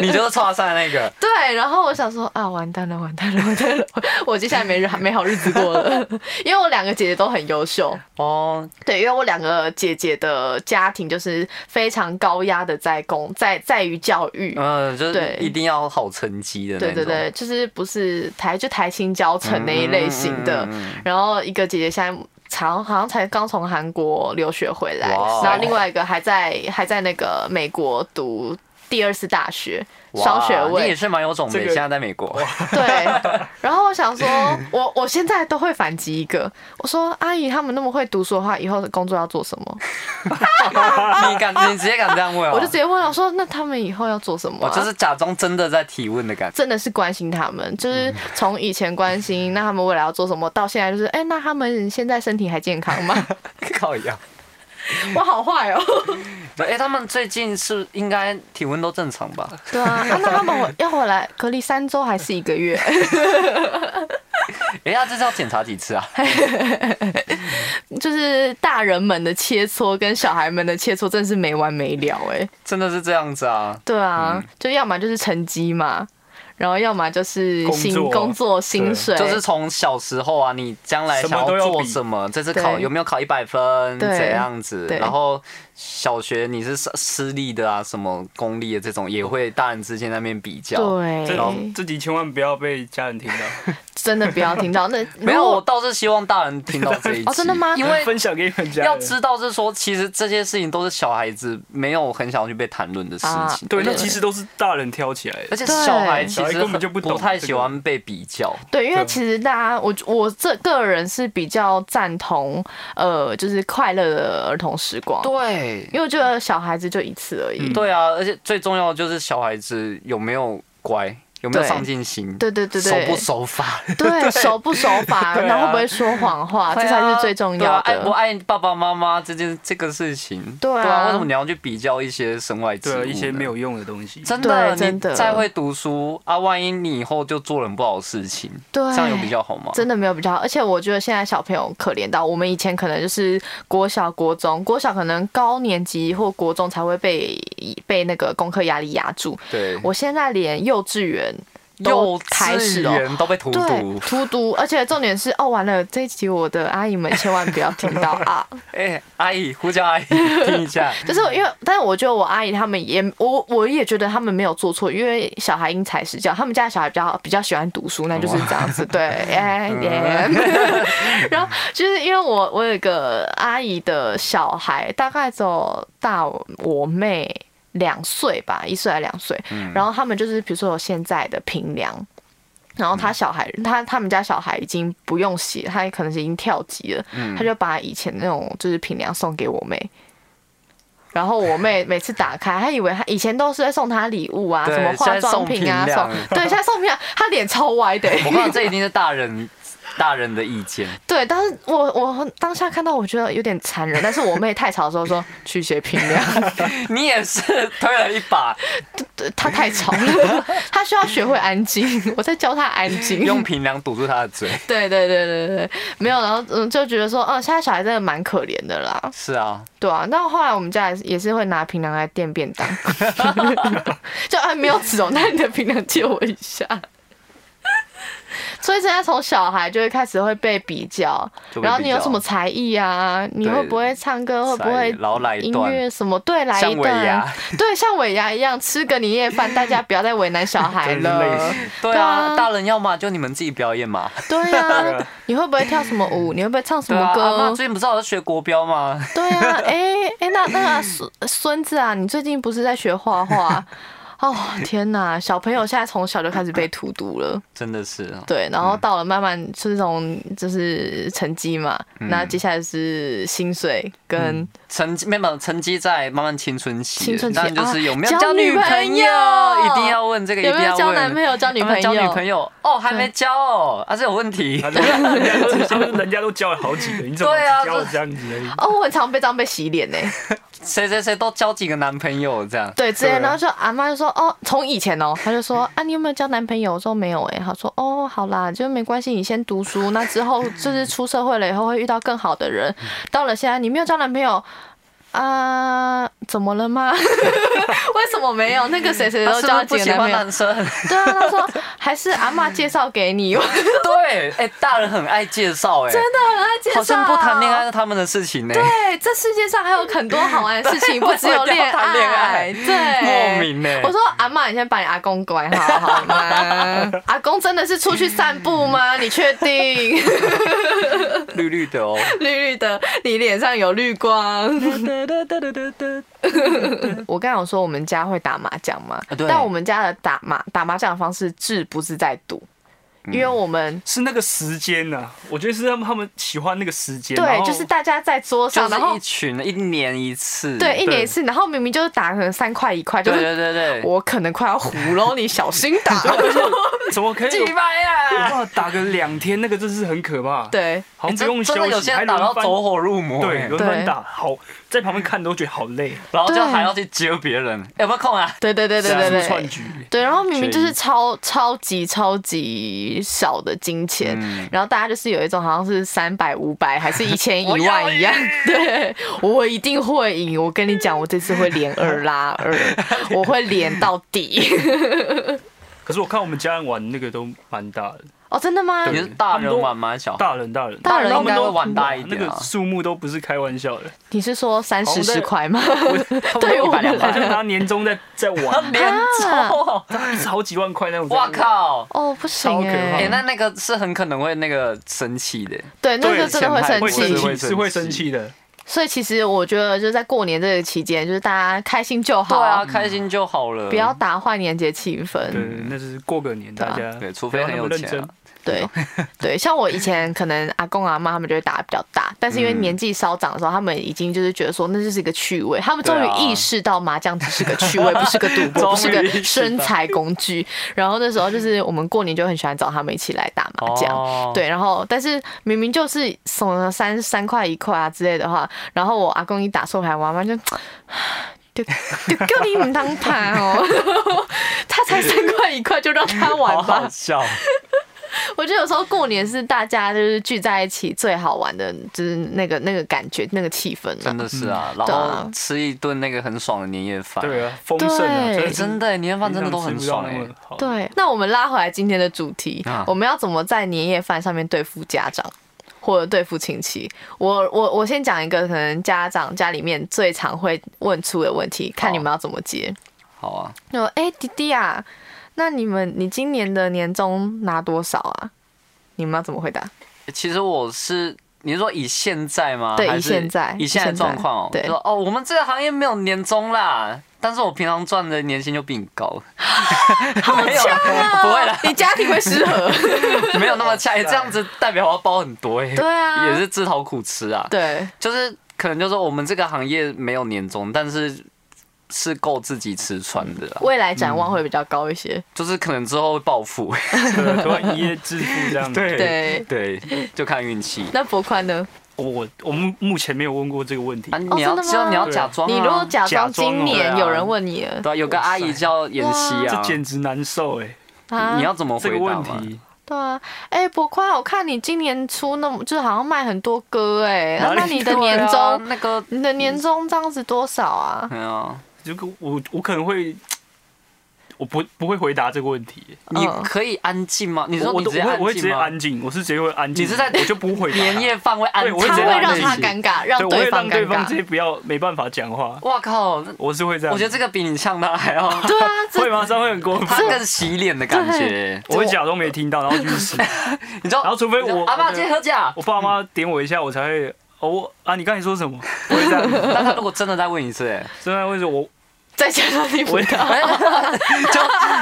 [SPEAKER 2] 你就是差赛那个。
[SPEAKER 1] 对，然后我想说啊，完蛋了，完蛋了，完蛋了，我接下来没日美好日子过了， 因为我两个姐姐都很优秀，
[SPEAKER 2] 哦，
[SPEAKER 1] 对，因为我两个姐姐的家庭就是非常高压的在工在在于教育，
[SPEAKER 2] 嗯，就
[SPEAKER 1] 对
[SPEAKER 2] 是一定要好成绩的那
[SPEAKER 1] 对对
[SPEAKER 2] 种。
[SPEAKER 1] 对，就是不是台就台青教成那一类型的。
[SPEAKER 2] 嗯嗯嗯嗯
[SPEAKER 1] 然后一个姐姐现在常好像才刚从韩国留学回来，
[SPEAKER 2] 哇哦
[SPEAKER 1] 然后另外一个还在还在那个美国读第二次大学，双学
[SPEAKER 2] 嗯哇你也
[SPEAKER 1] 位。
[SPEAKER 2] 是蛮有种的，
[SPEAKER 4] 这个
[SPEAKER 2] 现在在美国。
[SPEAKER 1] 对，然后我想说，我我现在都会反击一个，我说阿姨他们那么会读书的话，以后的工作要做什么？
[SPEAKER 2] 你敢，你直接敢这样问哦？
[SPEAKER 1] 我就直接问我说，那他们以后要做什么啊、
[SPEAKER 2] 我就是假装真的在提问的感觉。
[SPEAKER 1] 真的是关心他们，就是从以前关心，那他们未来要做什么，到现在就是，哎、那他们现在身体还健康吗？
[SPEAKER 2] 靠呀！
[SPEAKER 1] 我好坏哦。
[SPEAKER 2] 哎、他们最近是应该体温都正常吧？
[SPEAKER 1] 对啊，啊那他们回要回来隔离三周还是一个月？
[SPEAKER 2] 哎、呀，这是要检查几次啊？
[SPEAKER 1] 就是大人们的切磋跟小孩们的切磋，真是没完没了哎、
[SPEAKER 2] 真的是这样子啊？
[SPEAKER 1] 嗯对啊，就要么就是成绩嘛。然后要么就是薪
[SPEAKER 4] 工作
[SPEAKER 1] 工作薪
[SPEAKER 4] 对
[SPEAKER 1] 水，
[SPEAKER 2] 就是从小时候啊，你将来
[SPEAKER 4] 什
[SPEAKER 2] 想
[SPEAKER 4] 么都要
[SPEAKER 2] 做
[SPEAKER 4] 比
[SPEAKER 2] 什么，这次考
[SPEAKER 1] 对
[SPEAKER 2] 有没有考一百分，
[SPEAKER 1] 对
[SPEAKER 2] 怎样子？
[SPEAKER 1] 对
[SPEAKER 2] 然后小学你是私私立的啊，什么公立的这种，也会大人之间在那边比较。
[SPEAKER 4] 这
[SPEAKER 1] 对，
[SPEAKER 4] 这集千万不要被家人听到，
[SPEAKER 1] 真的不要听到那如
[SPEAKER 2] 没有，
[SPEAKER 1] 果
[SPEAKER 2] 我倒是希望大人听到这一集。
[SPEAKER 1] 哦真的吗
[SPEAKER 2] 因为
[SPEAKER 4] 分享给你们家人。
[SPEAKER 2] 要知道是说，其实这些事情都是小孩子没有很想要去被谈论的事
[SPEAKER 1] 啊
[SPEAKER 2] 情。
[SPEAKER 4] 对，那
[SPEAKER 1] 对
[SPEAKER 4] 其实都是大人挑起来
[SPEAKER 2] 而
[SPEAKER 4] 的。
[SPEAKER 2] 且
[SPEAKER 1] 对
[SPEAKER 2] 小孩其
[SPEAKER 4] 小孩
[SPEAKER 2] 实
[SPEAKER 4] 根本就不懂
[SPEAKER 2] 太
[SPEAKER 4] 这个
[SPEAKER 2] 喜欢被比较。
[SPEAKER 1] 对，因为
[SPEAKER 4] 对
[SPEAKER 1] 其实大家，我我这个人是比较赞同，呃，就是快乐的儿童时光，
[SPEAKER 2] 对，
[SPEAKER 1] 因为我觉得小孩子就一次而已。
[SPEAKER 4] 嗯
[SPEAKER 2] 对啊，而且最重要的就是小孩子有没有乖，有没有
[SPEAKER 1] 对
[SPEAKER 2] 上进心，
[SPEAKER 1] 对对对
[SPEAKER 2] 守
[SPEAKER 1] 对，
[SPEAKER 2] 不 守法，
[SPEAKER 1] 对守不守法，
[SPEAKER 4] 对啊
[SPEAKER 1] 然后会不会说谎话，啊这才是最重要
[SPEAKER 2] 啊对啊爱不
[SPEAKER 1] 的。
[SPEAKER 2] 爱爸爸妈妈这件这个事情，
[SPEAKER 1] 对啊
[SPEAKER 2] 为什么你要去比较一些身外之物
[SPEAKER 4] 对
[SPEAKER 2] 呢？
[SPEAKER 4] 啊，一些没有用的东西。
[SPEAKER 2] 真的，
[SPEAKER 1] 对真的
[SPEAKER 2] 你再会读书啊，万一你以后就做了很不好的事情，
[SPEAKER 1] 对
[SPEAKER 2] 这样有比较好吗？
[SPEAKER 1] 真的没有比较好，而且我觉得现在小朋友可怜到我们以前可能就是国小、国中，国小可能高年级或国中才会被被那个功课压力压住，
[SPEAKER 2] 对，
[SPEAKER 1] 我现在连幼稚园
[SPEAKER 2] 幼
[SPEAKER 1] 都开始
[SPEAKER 2] 稚
[SPEAKER 1] 哦，
[SPEAKER 2] 园都被荼毒
[SPEAKER 1] 对，，荼毒，而且重点是，哦，完了，这一集我的阿姨们千万不要听到啊！
[SPEAKER 2] 哎，阿姨，呼叫阿姨，听 一下，
[SPEAKER 1] 就是因为，但是我觉得我阿姨他们也，我我也觉得他们没有做错，因为小孩因材施教，他们家的小孩比较比较喜欢读书，那就是这样子，对，哎耶。 然后就是因为我我有一个阿姨的小孩，大概只有大我我妹两岁吧，一岁还两岁，然后他们就是比如说有现在的平凉。然后他小孩，他他们家小孩已经不用写，他可能是已经跳级了，
[SPEAKER 2] 嗯
[SPEAKER 1] 他就把以前那种就是平凉送给我妹，然后我妹每次打开，她以为她以前都是在送她礼物啊，
[SPEAKER 2] 对
[SPEAKER 1] 什么化
[SPEAKER 2] 现在
[SPEAKER 1] 妆
[SPEAKER 2] 送
[SPEAKER 1] 品啊，
[SPEAKER 2] 平
[SPEAKER 1] 送
[SPEAKER 2] 量
[SPEAKER 1] 对，现在送平啊，她脸超歪 的、
[SPEAKER 2] 我看这一定是大人大人的意见，
[SPEAKER 1] 对，但是我我当下看到我觉得有点残忍，但是我妹太吵的时候说去学平量，
[SPEAKER 2] 你也是推了一把，
[SPEAKER 1] 对她太吵了， 她需要学会安静， 我在教她安 静。
[SPEAKER 2] 用平梁堵住他 的嘴。
[SPEAKER 1] 对对对对对，没有，然后嗯就觉得说，嗯，现在小孩真的蛮可怜的啦，
[SPEAKER 2] 是啊，
[SPEAKER 1] 对啊。但后来我们家也是也是会拿平凉来垫便 当， 就啊没有吃哦，那你的平凉借我一下。所以现在从小孩就会开始会被比较，
[SPEAKER 2] 就被比较
[SPEAKER 1] 然后你有什么才艺啊？你会不会唱歌？会不
[SPEAKER 2] 才艺
[SPEAKER 1] 会
[SPEAKER 2] 然后来一
[SPEAKER 1] 音
[SPEAKER 2] 段
[SPEAKER 1] 乐什么？对，来一
[SPEAKER 2] 像尾
[SPEAKER 1] 段
[SPEAKER 2] 牙，
[SPEAKER 1] 对，像尾牙一样吃个年夜 饭，大家不要再为难小孩
[SPEAKER 4] 真是累
[SPEAKER 1] 了
[SPEAKER 4] 死。
[SPEAKER 2] 对
[SPEAKER 1] 对
[SPEAKER 2] 啊，
[SPEAKER 1] 啊
[SPEAKER 2] 大人要嘛就你们自己表演嘛。
[SPEAKER 1] 对呀、你会不会跳什么舞？你会不会唱什
[SPEAKER 2] 对
[SPEAKER 1] 么
[SPEAKER 2] 啊，阿妈
[SPEAKER 1] 歌？
[SPEAKER 2] 最近不是有在学国标吗？
[SPEAKER 1] 对呀、哎、哎、那那个孙孙子啊，你最近不是在学画 画？哦天哪，小朋友现在从小就开始被荼毒了，
[SPEAKER 2] 真的是哦，
[SPEAKER 1] 对，然后到了慢慢是这种就是成绩嘛，
[SPEAKER 2] 嗯
[SPEAKER 1] 那、接下来是薪水跟
[SPEAKER 2] 成绩没有成绩在慢慢青春期，
[SPEAKER 1] 青春期
[SPEAKER 2] 但就是有没有
[SPEAKER 1] 啊
[SPEAKER 2] 交女
[SPEAKER 1] 交
[SPEAKER 2] 朋
[SPEAKER 1] 女朋
[SPEAKER 2] 友，
[SPEAKER 1] 友
[SPEAKER 2] 一定要问这个，一
[SPEAKER 1] 有
[SPEAKER 2] 定
[SPEAKER 1] 没有
[SPEAKER 2] 要问
[SPEAKER 1] 交男朋友、交女
[SPEAKER 2] 有没
[SPEAKER 1] 朋
[SPEAKER 2] 有交女朋
[SPEAKER 1] 友。
[SPEAKER 2] 友哦，还没交哦，啊，这有问题
[SPEAKER 4] 啊。人家人家都人家都教了好几个，你怎么
[SPEAKER 2] 对啊
[SPEAKER 4] 只教了这样子而已？
[SPEAKER 1] 哦，我很常被这样被洗脸呢、
[SPEAKER 2] 谁谁谁都交几个男朋友这样，
[SPEAKER 1] 对，之
[SPEAKER 4] 对
[SPEAKER 1] 前
[SPEAKER 4] 啊
[SPEAKER 1] 然后就阿妈就说哦，从以前哦，她就说啊，你有没有交男朋友？我说没有哎、她说哦，好啦，就没关系，你先读书，那之后就是出社会了以后会遇到更好的人。
[SPEAKER 2] 嗯
[SPEAKER 1] 到了现在，你没有交男朋友啊、怎么了 吗？为什么没有？那个谁谁
[SPEAKER 2] 他
[SPEAKER 1] 都
[SPEAKER 2] 啊是
[SPEAKER 1] 交了几
[SPEAKER 2] 不是不
[SPEAKER 1] 个
[SPEAKER 2] 喜
[SPEAKER 1] 男朋
[SPEAKER 2] 欢
[SPEAKER 1] 友？
[SPEAKER 2] 男生？
[SPEAKER 1] 对啊，她说还是阿妈介绍给你，我
[SPEAKER 2] 对，哎，大人很爱介绍，哎，真的
[SPEAKER 1] 很爱介绍。
[SPEAKER 2] 好像不谈恋爱。是他们的事情呢，
[SPEAKER 1] 对，这世界上还有很多好玩的事 情，
[SPEAKER 2] 对
[SPEAKER 1] 不只有
[SPEAKER 2] 为什么一定
[SPEAKER 1] 恋
[SPEAKER 2] 要谈恋爱
[SPEAKER 1] 对，
[SPEAKER 2] 莫名 呢
[SPEAKER 1] 我说阿妈，你先把你阿公拐好好吗？阿公真的是出去散步 吗？你确定？
[SPEAKER 2] 绿绿的哦。
[SPEAKER 1] 绿绿的，你脸上有绿光。 我刚才有说我们家会打麻将嘛，
[SPEAKER 2] 啊对
[SPEAKER 1] 但我们家的打麻打麻将的方式志不是在赌，因
[SPEAKER 2] 嗯
[SPEAKER 1] 为我们。
[SPEAKER 4] 是那个时间呐、我觉得是他们他们喜欢那个时间，然
[SPEAKER 1] 对，
[SPEAKER 4] 后
[SPEAKER 1] 就是大家在桌
[SPEAKER 2] 就
[SPEAKER 1] 上，然
[SPEAKER 2] 是
[SPEAKER 1] 后
[SPEAKER 2] 一群一年一次，
[SPEAKER 1] 对一年一
[SPEAKER 4] 对
[SPEAKER 1] 次，然后明明就是打可能三块一块，就
[SPEAKER 2] 对
[SPEAKER 1] 是
[SPEAKER 2] 对对对，
[SPEAKER 1] 我可能快要糊喽，你小心 打。
[SPEAKER 4] 怎么可以有有
[SPEAKER 2] 百
[SPEAKER 4] 办
[SPEAKER 2] 啊！
[SPEAKER 4] 法打个两天？那个真是很可怕，，
[SPEAKER 1] 对，
[SPEAKER 4] 好像不
[SPEAKER 2] 真
[SPEAKER 4] 用休
[SPEAKER 2] 真的有
[SPEAKER 4] 息，
[SPEAKER 2] 些
[SPEAKER 4] 还
[SPEAKER 2] 人打到
[SPEAKER 4] 轮番
[SPEAKER 2] 走火入魔，
[SPEAKER 4] 对，
[SPEAKER 2] 哎
[SPEAKER 4] 轮
[SPEAKER 1] 对
[SPEAKER 4] 番打，好在旁边看都觉得好累，
[SPEAKER 2] 然后就
[SPEAKER 1] 对
[SPEAKER 2] 还要去接别人，哎 有没有空啊？
[SPEAKER 1] 对对对对对
[SPEAKER 4] 四处
[SPEAKER 1] 对
[SPEAKER 4] 串。局，
[SPEAKER 1] 对，然后明明就是
[SPEAKER 2] 悬疑
[SPEAKER 1] 超超级超级少的金钱，
[SPEAKER 2] 嗯
[SPEAKER 1] 然后大家就是有一种好像是三百、五百还是一 千、
[SPEAKER 2] 我
[SPEAKER 1] 一
[SPEAKER 2] 要
[SPEAKER 1] 万一样，对我一定会赢。我 跟你讲，我这次会连二拉二，我会连到底。
[SPEAKER 4] 可是我看我们家人玩那个都蛮大的，
[SPEAKER 1] 哦，真的吗？
[SPEAKER 2] 你是大人玩吗？还是小孩
[SPEAKER 4] 大人大人，
[SPEAKER 1] 大人
[SPEAKER 2] 他
[SPEAKER 1] 应
[SPEAKER 2] 们
[SPEAKER 1] 该
[SPEAKER 2] 都
[SPEAKER 1] 会
[SPEAKER 2] 玩大一
[SPEAKER 4] 那
[SPEAKER 2] 点
[SPEAKER 4] 个
[SPEAKER 2] 啊。
[SPEAKER 4] 数目都不是开玩笑 的，
[SPEAKER 1] 你是说三
[SPEAKER 4] 好
[SPEAKER 1] 十
[SPEAKER 4] 像
[SPEAKER 1] 十
[SPEAKER 4] 在
[SPEAKER 1] 块吗？对
[SPEAKER 2] 对
[SPEAKER 1] 我
[SPEAKER 2] 一百
[SPEAKER 1] 们
[SPEAKER 2] 两
[SPEAKER 4] 好像
[SPEAKER 2] 百，
[SPEAKER 4] 拿年终在在 玩，
[SPEAKER 2] 连抽，
[SPEAKER 4] 一次好几万块那种。
[SPEAKER 2] 哇！靠！
[SPEAKER 1] 哦，不行
[SPEAKER 4] 超可
[SPEAKER 1] 哎、
[SPEAKER 4] 怕
[SPEAKER 2] 哎，那那个是很可能会那个生气的，
[SPEAKER 1] 对，那
[SPEAKER 4] 对
[SPEAKER 1] 是真的会
[SPEAKER 2] 钱
[SPEAKER 1] 生
[SPEAKER 4] 会
[SPEAKER 2] 派
[SPEAKER 1] 气
[SPEAKER 4] 生。
[SPEAKER 2] 会
[SPEAKER 4] 气
[SPEAKER 2] 生
[SPEAKER 4] 是会
[SPEAKER 2] 气
[SPEAKER 4] 生气的，
[SPEAKER 1] 所以其实我觉得，就是在过年这个期间，就是大家开心就好，
[SPEAKER 2] 对啊，开心就好了。
[SPEAKER 1] 不要打坏年节气氛。
[SPEAKER 4] 对，那就是过个年
[SPEAKER 1] 对啊
[SPEAKER 4] 大家
[SPEAKER 2] 嗯对，除非很有
[SPEAKER 4] 不要那么认
[SPEAKER 2] 钱啊
[SPEAKER 4] 真。
[SPEAKER 1] 对对，像我以前可能阿公阿妈他们就会打得比较大，但是因为
[SPEAKER 2] 嗯
[SPEAKER 1] 年纪稍长的时候，他们已经就是觉得说那就是一个趣味，他们终
[SPEAKER 2] 对
[SPEAKER 1] 于
[SPEAKER 2] 啊
[SPEAKER 1] 意识到麻将只是个趣味，不是个赌 博，不是
[SPEAKER 2] 终于意识
[SPEAKER 1] 个
[SPEAKER 2] 到
[SPEAKER 1] 生财工具。然后那时候就是我们过年就很喜欢找他们一起来打麻将。
[SPEAKER 2] 哦，
[SPEAKER 1] 对，然后但是明明就是什么三三块一块啊之类的话，然后我阿公一打错牌，我阿妈就就就叫你唔当牌哦， 他才三块一块就让他玩
[SPEAKER 2] 好
[SPEAKER 1] 吧
[SPEAKER 2] 好。笑。
[SPEAKER 1] 我觉得有时候过年是大家就是聚在一起最好玩的，就是那个那个感觉、那个气氛、
[SPEAKER 2] 真
[SPEAKER 1] 啊。
[SPEAKER 2] 的是啊，然
[SPEAKER 1] 对啊
[SPEAKER 2] 后吃一顿那个很爽的年夜饭，
[SPEAKER 4] 对啊，丰盛啊，
[SPEAKER 1] 对
[SPEAKER 2] 哎，真的，年夜饭真的都很爽
[SPEAKER 4] 哎
[SPEAKER 2] 哎。。
[SPEAKER 1] 对，那我们拉回来今天的主题，
[SPEAKER 2] 啊
[SPEAKER 1] 我们要怎么在年夜饭上面对付家长或者对付亲戚？我我我先讲一个可能家长家里面最常会问出的问题，看你们要怎么接。
[SPEAKER 2] 好啊，
[SPEAKER 1] 就哎、诶弟弟啊，那你们你今年的年终拿多少啊？你们要怎么回答？
[SPEAKER 2] 哦其实我是。你是说以现在吗？
[SPEAKER 1] 对
[SPEAKER 2] 还
[SPEAKER 1] 以
[SPEAKER 2] 是
[SPEAKER 1] 现在
[SPEAKER 2] 以现
[SPEAKER 1] 以现
[SPEAKER 2] 在
[SPEAKER 1] 在
[SPEAKER 2] 的状况哦。
[SPEAKER 1] 对
[SPEAKER 2] 就说哦，我们这个行业没有年终啦，但是我平常赚的年薪就比你 高。没有
[SPEAKER 1] 啊
[SPEAKER 2] 啦，不会啦，
[SPEAKER 1] 你家庭会失 和。
[SPEAKER 2] 没有那么恰，这样子代表我要包很多哎、
[SPEAKER 1] 对啊
[SPEAKER 2] 也是自讨苦吃啊。
[SPEAKER 1] 对，
[SPEAKER 2] 就是可能就是我们这个行业没有年终，但是是够自己吃穿的啦。
[SPEAKER 1] 未来展望会比较高一些。
[SPEAKER 2] 就是可能之后会暴富，
[SPEAKER 4] 对啊突然一夜致富这样。
[SPEAKER 2] 对
[SPEAKER 1] 对，
[SPEAKER 2] 对，就看运气。
[SPEAKER 1] 那博宽呢？
[SPEAKER 4] 我我我们目前没有问过这个问题
[SPEAKER 2] 啊，。你要
[SPEAKER 1] 真的吗
[SPEAKER 2] 知道你要假装啊，
[SPEAKER 1] 你如果假装
[SPEAKER 4] 假装
[SPEAKER 1] 今
[SPEAKER 4] 哦
[SPEAKER 1] 年
[SPEAKER 2] 对啊
[SPEAKER 1] 有人问你了，
[SPEAKER 2] 对啊，有个阿姨叫妍希
[SPEAKER 4] 这
[SPEAKER 2] 啊，
[SPEAKER 4] 简直难受哎、
[SPEAKER 1] 啊
[SPEAKER 2] 你要怎么
[SPEAKER 4] 这
[SPEAKER 2] 回答
[SPEAKER 4] 个问
[SPEAKER 2] 嘛？
[SPEAKER 4] 题，
[SPEAKER 1] 对啊，哎，博宽，我看你今年出那么，就是好像卖很多歌哎，
[SPEAKER 4] 哪
[SPEAKER 1] 那那
[SPEAKER 4] 里
[SPEAKER 1] 你的年
[SPEAKER 2] 对啊
[SPEAKER 1] 终，
[SPEAKER 2] 那个，
[SPEAKER 1] 你的年终这样子多少啊？
[SPEAKER 2] 对啊，
[SPEAKER 4] 如果我我可能会，我不不会回答这个问题、
[SPEAKER 2] 你
[SPEAKER 1] 嗯
[SPEAKER 2] 可以安静吗？你
[SPEAKER 4] 我
[SPEAKER 2] 说
[SPEAKER 4] 我
[SPEAKER 2] 你
[SPEAKER 4] 都
[SPEAKER 2] 直接
[SPEAKER 4] 我会我会
[SPEAKER 2] 安
[SPEAKER 4] 直
[SPEAKER 2] 静
[SPEAKER 4] 接
[SPEAKER 2] 吗？
[SPEAKER 4] 安静，我是直接会安静。
[SPEAKER 2] 你是在
[SPEAKER 4] 我就不会回答
[SPEAKER 2] 年夜饭会安
[SPEAKER 4] 对
[SPEAKER 2] 静，
[SPEAKER 4] 我会
[SPEAKER 1] 他
[SPEAKER 4] 直接
[SPEAKER 1] 会
[SPEAKER 4] 让
[SPEAKER 1] 让
[SPEAKER 4] 自己
[SPEAKER 1] 他尴尬，让
[SPEAKER 4] 对，我会让
[SPEAKER 1] 方
[SPEAKER 4] 对
[SPEAKER 1] 尴
[SPEAKER 4] 方直接
[SPEAKER 1] 尬。
[SPEAKER 4] 不要没办法讲话。
[SPEAKER 2] 哇靠！
[SPEAKER 4] 我是会这样，
[SPEAKER 2] 我觉得这个比你呛他还 要，
[SPEAKER 1] 对啊，
[SPEAKER 4] 会
[SPEAKER 1] 这
[SPEAKER 4] 吗？这样会很过
[SPEAKER 2] 他
[SPEAKER 4] 分。
[SPEAKER 2] 更洗脸的感觉。
[SPEAKER 4] 我会假装没听到，然 后继续吃。
[SPEAKER 2] 你知道，
[SPEAKER 4] 然后除非
[SPEAKER 2] 你知道
[SPEAKER 4] 我
[SPEAKER 2] 阿爸
[SPEAKER 4] 我
[SPEAKER 2] 今天喝假，
[SPEAKER 4] 我爸妈点我一下，我才会哦我啊，你刚才说 什么？我会这样。
[SPEAKER 2] 那他如果真的再问一次，哎，
[SPEAKER 4] 真的会说我
[SPEAKER 1] 再加上你 不
[SPEAKER 4] 我
[SPEAKER 1] 到。
[SPEAKER 2] 就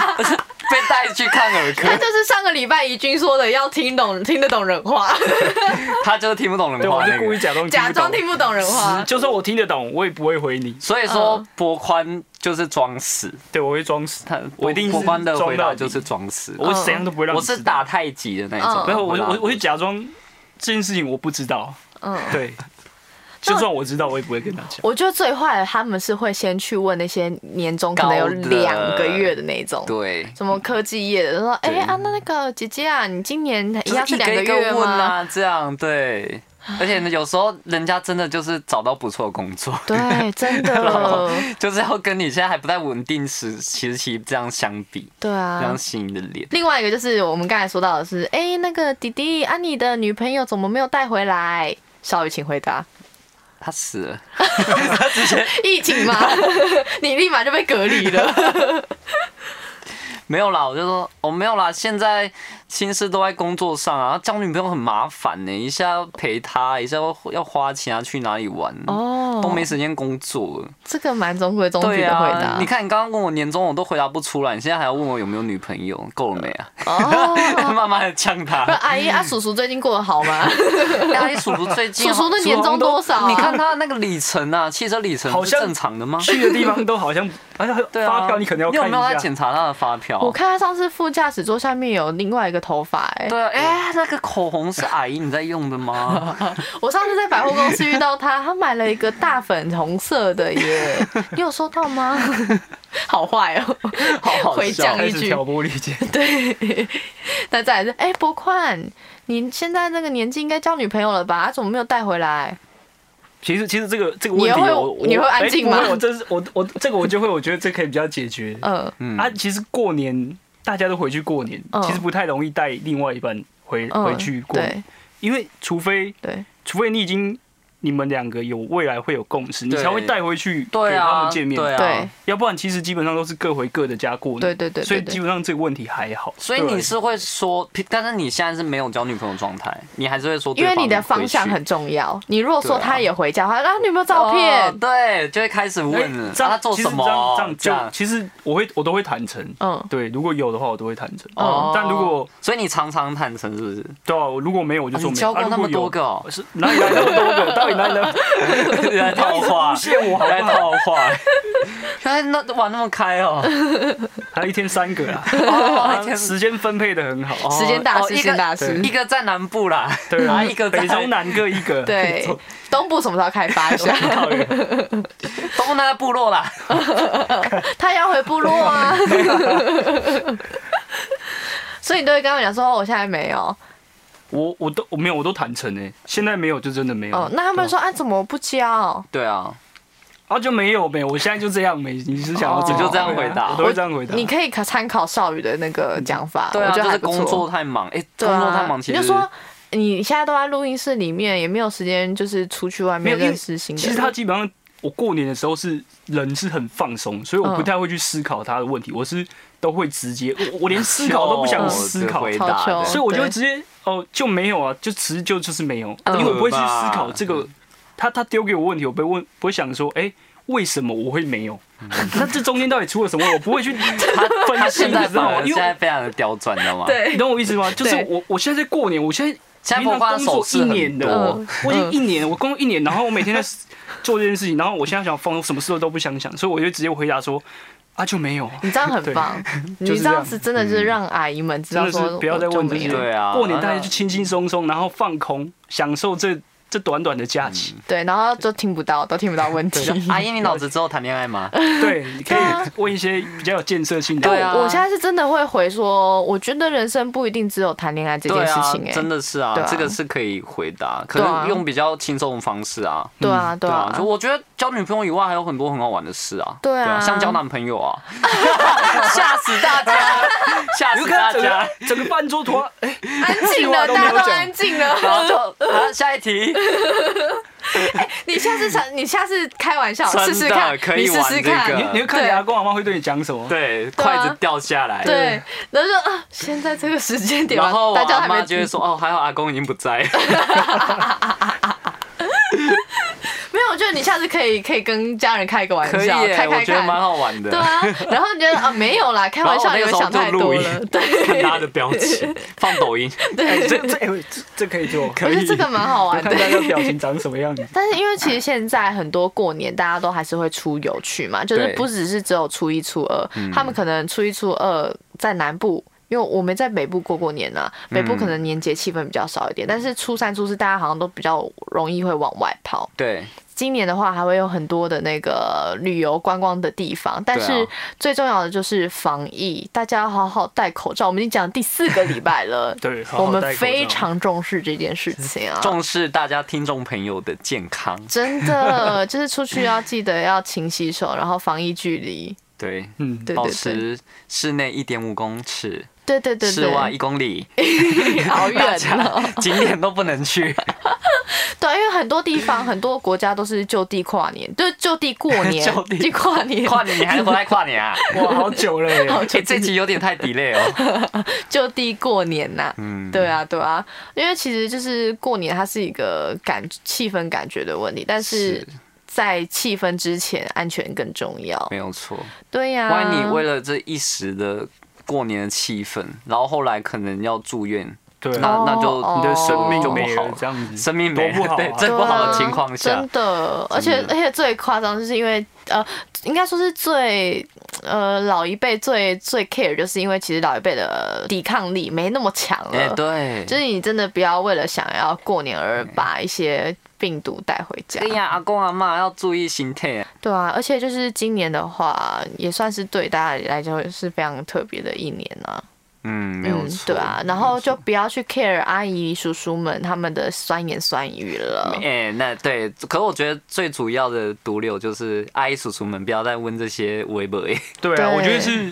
[SPEAKER 2] 被带去看耳
[SPEAKER 1] 他
[SPEAKER 2] 科，
[SPEAKER 1] 就是上个礼拜怡君说的，要听懂听得懂人话，
[SPEAKER 2] 他就是听不懂人
[SPEAKER 4] 对，
[SPEAKER 2] 话
[SPEAKER 4] 我
[SPEAKER 2] 那
[SPEAKER 4] 就故
[SPEAKER 2] 个
[SPEAKER 4] 意。假装
[SPEAKER 1] 假
[SPEAKER 4] 不
[SPEAKER 1] 装
[SPEAKER 4] 懂
[SPEAKER 1] 听不懂啊人话。
[SPEAKER 4] 就算我听得懂，我也不会回你。
[SPEAKER 2] 所以说
[SPEAKER 1] 嗯，
[SPEAKER 2] 博宽就是装死，
[SPEAKER 4] 对，我会装死，
[SPEAKER 2] 他
[SPEAKER 4] 我一定是
[SPEAKER 2] 博宽的回
[SPEAKER 4] 装到
[SPEAKER 2] 答
[SPEAKER 4] 底
[SPEAKER 2] 就是装死。
[SPEAKER 4] 我怎样都不会让你
[SPEAKER 2] 我
[SPEAKER 4] 知道。
[SPEAKER 2] 是打太极的那一种，
[SPEAKER 1] 嗯
[SPEAKER 4] 没有，我就我我
[SPEAKER 2] 是
[SPEAKER 4] 就假装这件事情我不知道。
[SPEAKER 1] 嗯，
[SPEAKER 4] 对， 就算我知道，我也不会跟他讲。
[SPEAKER 1] 我觉得最坏的他们是会先去问那些年终可能有
[SPEAKER 2] 高的
[SPEAKER 1] 两个月的那种，
[SPEAKER 2] 对，
[SPEAKER 1] 什么科技业的，说哎、
[SPEAKER 2] 对
[SPEAKER 1] 啊，那那个姐姐啊，你今年一
[SPEAKER 2] 就
[SPEAKER 1] 样是
[SPEAKER 2] 是一
[SPEAKER 1] 两
[SPEAKER 2] 个一
[SPEAKER 1] 月
[SPEAKER 2] 个问
[SPEAKER 1] 吗？
[SPEAKER 2] 啊，这样对。而且呢，有时候人家真的就是找到不错的工作，
[SPEAKER 1] 对，真的，
[SPEAKER 2] 就是要跟你现在还不太稳定时时期这样相比，
[SPEAKER 1] 对
[SPEAKER 2] 这
[SPEAKER 1] 啊
[SPEAKER 2] 样。吸引你的脸。
[SPEAKER 1] 另外一个就是我们刚才说到的是，哎、那个弟弟啊，你的女朋友怎么没有带回来？少宇，请回答。
[SPEAKER 2] 他死了，
[SPEAKER 1] 疫情 吗？ 你立马就被隔离了。
[SPEAKER 2] 没有啦，我就说哦没有啦，现在心思都在工作上啊，交女朋友很麻烦呢、一下要陪她，一下要要花钱啊，去哪里玩，
[SPEAKER 1] 哦
[SPEAKER 2] 都没时间工作了。
[SPEAKER 1] 这个蛮中规中矩
[SPEAKER 2] 对
[SPEAKER 1] 的回答。
[SPEAKER 2] 啊，你看你刚刚问我年终，我都回答不出来，你现在还要问我有没有女朋友，够了没啊？
[SPEAKER 1] 哦，
[SPEAKER 2] 慢慢的呛他
[SPEAKER 1] 不 是。阿姨啊，叔叔最近过得好吗？
[SPEAKER 2] 阿姨叔叔最近
[SPEAKER 1] 叔叔的年终多少啊
[SPEAKER 2] 你看他那个里程啊，汽车里程
[SPEAKER 4] 好
[SPEAKER 2] 是
[SPEAKER 4] 像
[SPEAKER 2] 正常的吗？
[SPEAKER 4] 去的地方都 好像，好像
[SPEAKER 2] 对啊，
[SPEAKER 4] 发票你可能要
[SPEAKER 2] 你有
[SPEAKER 4] 看
[SPEAKER 2] 没有在
[SPEAKER 4] 一下。
[SPEAKER 2] 检查他的发票？
[SPEAKER 1] 我看他上次副驾驶座下面有另外一个头发、哎，
[SPEAKER 2] 对啊，哎、那个口红是阿姨你在用的 吗？
[SPEAKER 1] 我上次在百货公司遇到他，他买了一个大粉红色的耶，你有收到吗？好坏哦，
[SPEAKER 2] 好好
[SPEAKER 1] 回
[SPEAKER 2] 笑
[SPEAKER 1] 讲。
[SPEAKER 4] 开
[SPEAKER 1] 一
[SPEAKER 4] 始
[SPEAKER 1] 句
[SPEAKER 4] 挑拨离 间，
[SPEAKER 1] 对。那再来是，哎、博宽，你现在这个年纪应该交女朋友了吧？啊怎么没有带回来？
[SPEAKER 4] 其实其实这个这个问题
[SPEAKER 1] 你会
[SPEAKER 4] 我，我
[SPEAKER 1] 你会安静吗
[SPEAKER 4] 哎不会我这是我我这个我就会，我觉得这可以比较解决。
[SPEAKER 1] 嗯、
[SPEAKER 2] 嗯
[SPEAKER 4] 啊，其实过年大家都回去过年，
[SPEAKER 1] 嗯
[SPEAKER 4] 其实不太容易带另外一半回
[SPEAKER 1] 嗯
[SPEAKER 4] 回去过，
[SPEAKER 1] 对
[SPEAKER 4] 因为除非
[SPEAKER 1] 对，
[SPEAKER 4] 除非你已经你们两个有未来会有共识，你
[SPEAKER 2] 对
[SPEAKER 4] 才会带回去
[SPEAKER 2] 对
[SPEAKER 4] 给
[SPEAKER 2] 啊，
[SPEAKER 4] 他们见面，
[SPEAKER 2] 对啊
[SPEAKER 1] 对，
[SPEAKER 4] 要不然其实基本上都是各回各的家过年，
[SPEAKER 1] 对对对对
[SPEAKER 4] 所以
[SPEAKER 1] 对
[SPEAKER 4] 基本上这个问题还好。
[SPEAKER 2] 所以
[SPEAKER 4] 对
[SPEAKER 2] 你是会说，但是你现在是没有交女朋友状态，你还是会说对
[SPEAKER 1] 因为你的
[SPEAKER 2] 方
[SPEAKER 1] 方向很重要。你如果说
[SPEAKER 2] 对啊
[SPEAKER 1] 他也回家，他啊，你有没有照
[SPEAKER 2] 哦
[SPEAKER 1] 片？
[SPEAKER 2] 对，就会开始
[SPEAKER 4] 哎
[SPEAKER 2] 问了，
[SPEAKER 4] 这
[SPEAKER 2] 啊
[SPEAKER 4] 样
[SPEAKER 2] 他做
[SPEAKER 4] 其实
[SPEAKER 2] 什么？
[SPEAKER 4] 这样这样就其实我会我都会坦诚，
[SPEAKER 1] 嗯，
[SPEAKER 4] 对，如果有的话我都会坦诚，
[SPEAKER 2] 哦
[SPEAKER 4] 但如果
[SPEAKER 2] 所以你常常坦诚是不是？
[SPEAKER 4] 对啊，如果没有我就
[SPEAKER 2] 啊
[SPEAKER 4] 说
[SPEAKER 2] 你
[SPEAKER 4] 没
[SPEAKER 2] 交
[SPEAKER 4] 有。
[SPEAKER 2] 过
[SPEAKER 4] 啊
[SPEAKER 2] 那么多，
[SPEAKER 4] 如果
[SPEAKER 2] 个哦
[SPEAKER 4] 有，是哪里来那么多个？到底哪里来？
[SPEAKER 2] 来套话，
[SPEAKER 4] 骗我好
[SPEAKER 2] 来
[SPEAKER 4] 不好？
[SPEAKER 2] 套话，原来那玩那么开 哦，
[SPEAKER 4] 他一天三个啊，
[SPEAKER 2] 哦一天
[SPEAKER 4] 时间分配的很好。
[SPEAKER 1] 时间大
[SPEAKER 2] 哦
[SPEAKER 1] 师，
[SPEAKER 2] 一
[SPEAKER 1] 时
[SPEAKER 2] 个
[SPEAKER 1] 间大师
[SPEAKER 4] 对。
[SPEAKER 2] 一个在南部啦，
[SPEAKER 4] 对
[SPEAKER 2] 然
[SPEAKER 4] 啊，
[SPEAKER 2] 后一个在
[SPEAKER 4] 北中南各一个。
[SPEAKER 1] 对，东部什么时候开发一下？
[SPEAKER 4] 靠远，
[SPEAKER 2] 东部那个部落啦，
[SPEAKER 1] 他要回部落 啊。 所以你都会跟他们讲说，哦我现在没有。
[SPEAKER 4] 我我都我没有，我都坦诚诶，现在没有就真的没有。
[SPEAKER 1] 哦，那他们说，啊，怎么不交？
[SPEAKER 2] 对啊，
[SPEAKER 4] 啊就没有没，我现在就这样没，你是想要
[SPEAKER 1] 哦
[SPEAKER 4] 怎样
[SPEAKER 1] 你就
[SPEAKER 2] 这样回答
[SPEAKER 4] 我都会这样回答。
[SPEAKER 1] 你可以可参考少宇的那个讲法，
[SPEAKER 2] 对
[SPEAKER 1] 我
[SPEAKER 2] 啊，
[SPEAKER 1] 觉得
[SPEAKER 2] 就
[SPEAKER 1] 还
[SPEAKER 2] 是
[SPEAKER 1] 不错
[SPEAKER 2] 工作太忙，哎，
[SPEAKER 1] 对
[SPEAKER 2] 工
[SPEAKER 1] 啊
[SPEAKER 2] 作太忙，其
[SPEAKER 1] 你
[SPEAKER 2] 实
[SPEAKER 1] 就说你现在都在录音室里面，也没有时间就是出去外
[SPEAKER 4] 没
[SPEAKER 1] 面
[SPEAKER 4] 有因为
[SPEAKER 1] 认识新的
[SPEAKER 4] 其
[SPEAKER 1] 人。
[SPEAKER 4] 实他基本上，我过年的时候是人是很放松，所以我不太会去思考他的问题，我是都会直接，我我连思考都不想思考
[SPEAKER 2] 就，回
[SPEAKER 1] 超
[SPEAKER 2] 答的，
[SPEAKER 1] 糗
[SPEAKER 4] 所以我就
[SPEAKER 1] 对
[SPEAKER 4] 会直接哦就没有啊，就直就就是没有，
[SPEAKER 1] 嗯
[SPEAKER 4] 因为我不会去思考这个，他他丢给我问题，我不会问，不会想说，哎。为什么我会没有？ 那这中间到底出了什么？我不 会去分析，
[SPEAKER 2] 现在
[SPEAKER 4] 你知道
[SPEAKER 2] 吧，
[SPEAKER 4] 吗？
[SPEAKER 2] 我
[SPEAKER 4] 因
[SPEAKER 2] 现
[SPEAKER 4] 为
[SPEAKER 2] 在非常的刁钻，你知道吗？，
[SPEAKER 4] 你
[SPEAKER 1] 对，
[SPEAKER 4] 懂我意思吗？就是
[SPEAKER 1] 对
[SPEAKER 4] 我，我现在在过年，我现在
[SPEAKER 2] 现在
[SPEAKER 4] 平
[SPEAKER 2] 不
[SPEAKER 4] 常
[SPEAKER 2] 花
[SPEAKER 4] 工作
[SPEAKER 2] 手
[SPEAKER 4] 一
[SPEAKER 2] 势
[SPEAKER 4] 年
[SPEAKER 2] 很
[SPEAKER 4] 的
[SPEAKER 2] 多
[SPEAKER 1] 嗯，
[SPEAKER 4] 我已经一年，我工作一年，然后我每天在做这件事情，然后我现在想放，什么事都不想想，所以我就直接回答说啊就没有，
[SPEAKER 1] 你这样很 棒，你
[SPEAKER 4] 就是
[SPEAKER 1] 这
[SPEAKER 4] 这样
[SPEAKER 1] 样子真的是让阿姨们知
[SPEAKER 4] 真
[SPEAKER 1] 道
[SPEAKER 4] 的是
[SPEAKER 1] 说，
[SPEAKER 4] 不要再问这
[SPEAKER 1] 没
[SPEAKER 4] 些。
[SPEAKER 1] 有。
[SPEAKER 2] 对啊
[SPEAKER 4] 过年大家就轻轻松松，然后放空，享受这这短短的假期。
[SPEAKER 1] 对，然后就听不到，都听不到问题。
[SPEAKER 2] 阿姨，你脑子只有谈恋爱吗？
[SPEAKER 4] 对，你可
[SPEAKER 1] 对啊
[SPEAKER 4] 以问一些比较有建设性的。
[SPEAKER 2] 对啊
[SPEAKER 1] 我现在是真的会回说，我觉得人生不一定只有谈恋爱这件
[SPEAKER 2] 对
[SPEAKER 1] 事
[SPEAKER 2] 啊
[SPEAKER 1] 情、，哎、
[SPEAKER 2] 真的是啊
[SPEAKER 1] 对啊，
[SPEAKER 2] 这个是可以回答，可
[SPEAKER 1] 对啊
[SPEAKER 2] 能用比较轻松的方式啊。
[SPEAKER 1] 对啊，对
[SPEAKER 2] 啊，
[SPEAKER 1] 啊
[SPEAKER 2] 就，我觉得交女朋友以外还有很多很好玩的事啊。
[SPEAKER 1] 对啊
[SPEAKER 2] 像交男朋 友啊，吓死大家， 吓
[SPEAKER 4] 有
[SPEAKER 2] 死
[SPEAKER 4] 可能
[SPEAKER 2] 大
[SPEAKER 4] 整
[SPEAKER 2] 家
[SPEAKER 4] 个。整个半桌突然，
[SPEAKER 2] 啊
[SPEAKER 4] 哎，
[SPEAKER 1] 安静 了，
[SPEAKER 4] 计划都没
[SPEAKER 1] 大家
[SPEAKER 4] 有
[SPEAKER 1] 都
[SPEAKER 4] 讲
[SPEAKER 1] 安静了。
[SPEAKER 2] 然后就好，下一题，
[SPEAKER 1] 你下次想，你下次开玩笑
[SPEAKER 2] 真的
[SPEAKER 1] 试试看，
[SPEAKER 2] 可以
[SPEAKER 1] 你试
[SPEAKER 2] 玩
[SPEAKER 1] 试
[SPEAKER 2] 这
[SPEAKER 1] 看。
[SPEAKER 2] 个
[SPEAKER 4] 哎你你会看
[SPEAKER 1] 对
[SPEAKER 4] 你阿公阿妈会对你讲什么？
[SPEAKER 2] 对，
[SPEAKER 1] 对啊
[SPEAKER 2] 筷子掉下来，
[SPEAKER 1] 对，然后就啊，现在这个时间点，
[SPEAKER 2] 然后我
[SPEAKER 1] 大家
[SPEAKER 2] 阿
[SPEAKER 1] 还
[SPEAKER 2] 妈
[SPEAKER 1] 没嗯
[SPEAKER 2] 就会说，哦，还好阿公已经 不在。
[SPEAKER 1] 没有，我觉得你下次可以可以跟家人开个玩笑，
[SPEAKER 2] 可以耶，
[SPEAKER 1] 开
[SPEAKER 2] 我
[SPEAKER 1] 开
[SPEAKER 2] 觉得蛮
[SPEAKER 1] 看。
[SPEAKER 2] 好玩的。
[SPEAKER 1] 对啊，然后你觉得啊没有啦，开玩笑，你
[SPEAKER 2] 然后我那
[SPEAKER 1] 们
[SPEAKER 2] 个时候
[SPEAKER 1] 想太
[SPEAKER 2] 就
[SPEAKER 1] 多
[SPEAKER 2] 录
[SPEAKER 1] 了。
[SPEAKER 2] 影 看
[SPEAKER 1] 对，
[SPEAKER 2] 他的表情，放抖音，
[SPEAKER 4] 哎，这这哎这这可以做，
[SPEAKER 1] 我
[SPEAKER 4] 可
[SPEAKER 1] 觉得这个蛮好玩
[SPEAKER 4] 看
[SPEAKER 1] 的。
[SPEAKER 4] 大家表情长什么样子。，
[SPEAKER 1] 但是因为其实现在很多过年大家都还是会出游去嘛，就是
[SPEAKER 2] 对
[SPEAKER 1] 不只是只有初一初二，他们可能初一初二在南部。因为我没在北部过过年啊，北部可能年节气氛比较少一点，但是初三、初四大家好像都比较容易会往外跑。
[SPEAKER 2] 对，
[SPEAKER 1] 今年的话，还会有很多的那个旅游观光的地方，但
[SPEAKER 2] 对
[SPEAKER 1] 是
[SPEAKER 2] 啊
[SPEAKER 1] 最重要的就是防疫，大家要好好戴口罩。我们已经讲第四个礼拜了
[SPEAKER 4] 对好好
[SPEAKER 1] 我
[SPEAKER 4] 戴口罩
[SPEAKER 1] 们非常重视这件事情啊。
[SPEAKER 2] 重视大家听众朋友的健康，
[SPEAKER 1] 真的，就是出去要记得要勤洗手，然后防疫距离。
[SPEAKER 2] 对，
[SPEAKER 4] 嗯，
[SPEAKER 1] 对
[SPEAKER 2] 保
[SPEAKER 1] 对对，
[SPEAKER 2] 持室内一点五公尺，
[SPEAKER 1] 对对对
[SPEAKER 2] 室外
[SPEAKER 1] 对，
[SPEAKER 2] 一公里，
[SPEAKER 1] 好远
[SPEAKER 2] 大家
[SPEAKER 1] 哦。
[SPEAKER 2] 景点都不能去，
[SPEAKER 1] 对，因为很多地方、很多国家都是就地跨年，就是就地过年、
[SPEAKER 2] 就地
[SPEAKER 1] 地跨年、
[SPEAKER 2] 跨年你还回来跨年啊？
[SPEAKER 4] 哇，好久了 耶，
[SPEAKER 2] 哎，这集有点太 delay 哦。
[SPEAKER 1] 就地过年呐、
[SPEAKER 2] 嗯，
[SPEAKER 1] 对啊，对啊，因为其实就是过年，它是一个感气氛感觉的问题，但是
[SPEAKER 2] 是
[SPEAKER 1] 在气氛之前，安全更重要。
[SPEAKER 2] 没有错。
[SPEAKER 1] 对呀、
[SPEAKER 2] 万一你为了这一时的过年的气氛，然后后来可能要住院，
[SPEAKER 4] 对啊，
[SPEAKER 2] 那那就
[SPEAKER 1] 哦
[SPEAKER 2] 你的生命就
[SPEAKER 4] 没
[SPEAKER 2] 不好
[SPEAKER 4] 了这样子，
[SPEAKER 2] 生命没了
[SPEAKER 4] 多不好啊
[SPEAKER 2] 对，这不好的情况
[SPEAKER 1] 对啊
[SPEAKER 2] 下
[SPEAKER 1] 真，的，而且
[SPEAKER 2] 真的
[SPEAKER 1] 而且最夸张就是因为呃，应该说是最呃老一辈最最 care，就是因为其实老一辈的抵抗力没那么强了，
[SPEAKER 2] 哎，对，
[SPEAKER 1] 就是你真的不要为了想要过年而把一些病毒带回家
[SPEAKER 2] 哎。呀，阿公阿妈要注意心态。
[SPEAKER 1] 对啊，而且就是今年的话，也算是对大家来讲是非常特别的一年啊。
[SPEAKER 2] 嗯，没有
[SPEAKER 1] 嗯，
[SPEAKER 2] 错。
[SPEAKER 1] 对啊，然后就不要去 care 阿姨叔叔们他们的酸言酸语了。
[SPEAKER 2] 哎、那对，可我觉得最主要的毒瘤就是阿姨叔叔们不要再问这些微博，
[SPEAKER 4] 对啊，
[SPEAKER 1] 对
[SPEAKER 4] 我觉得是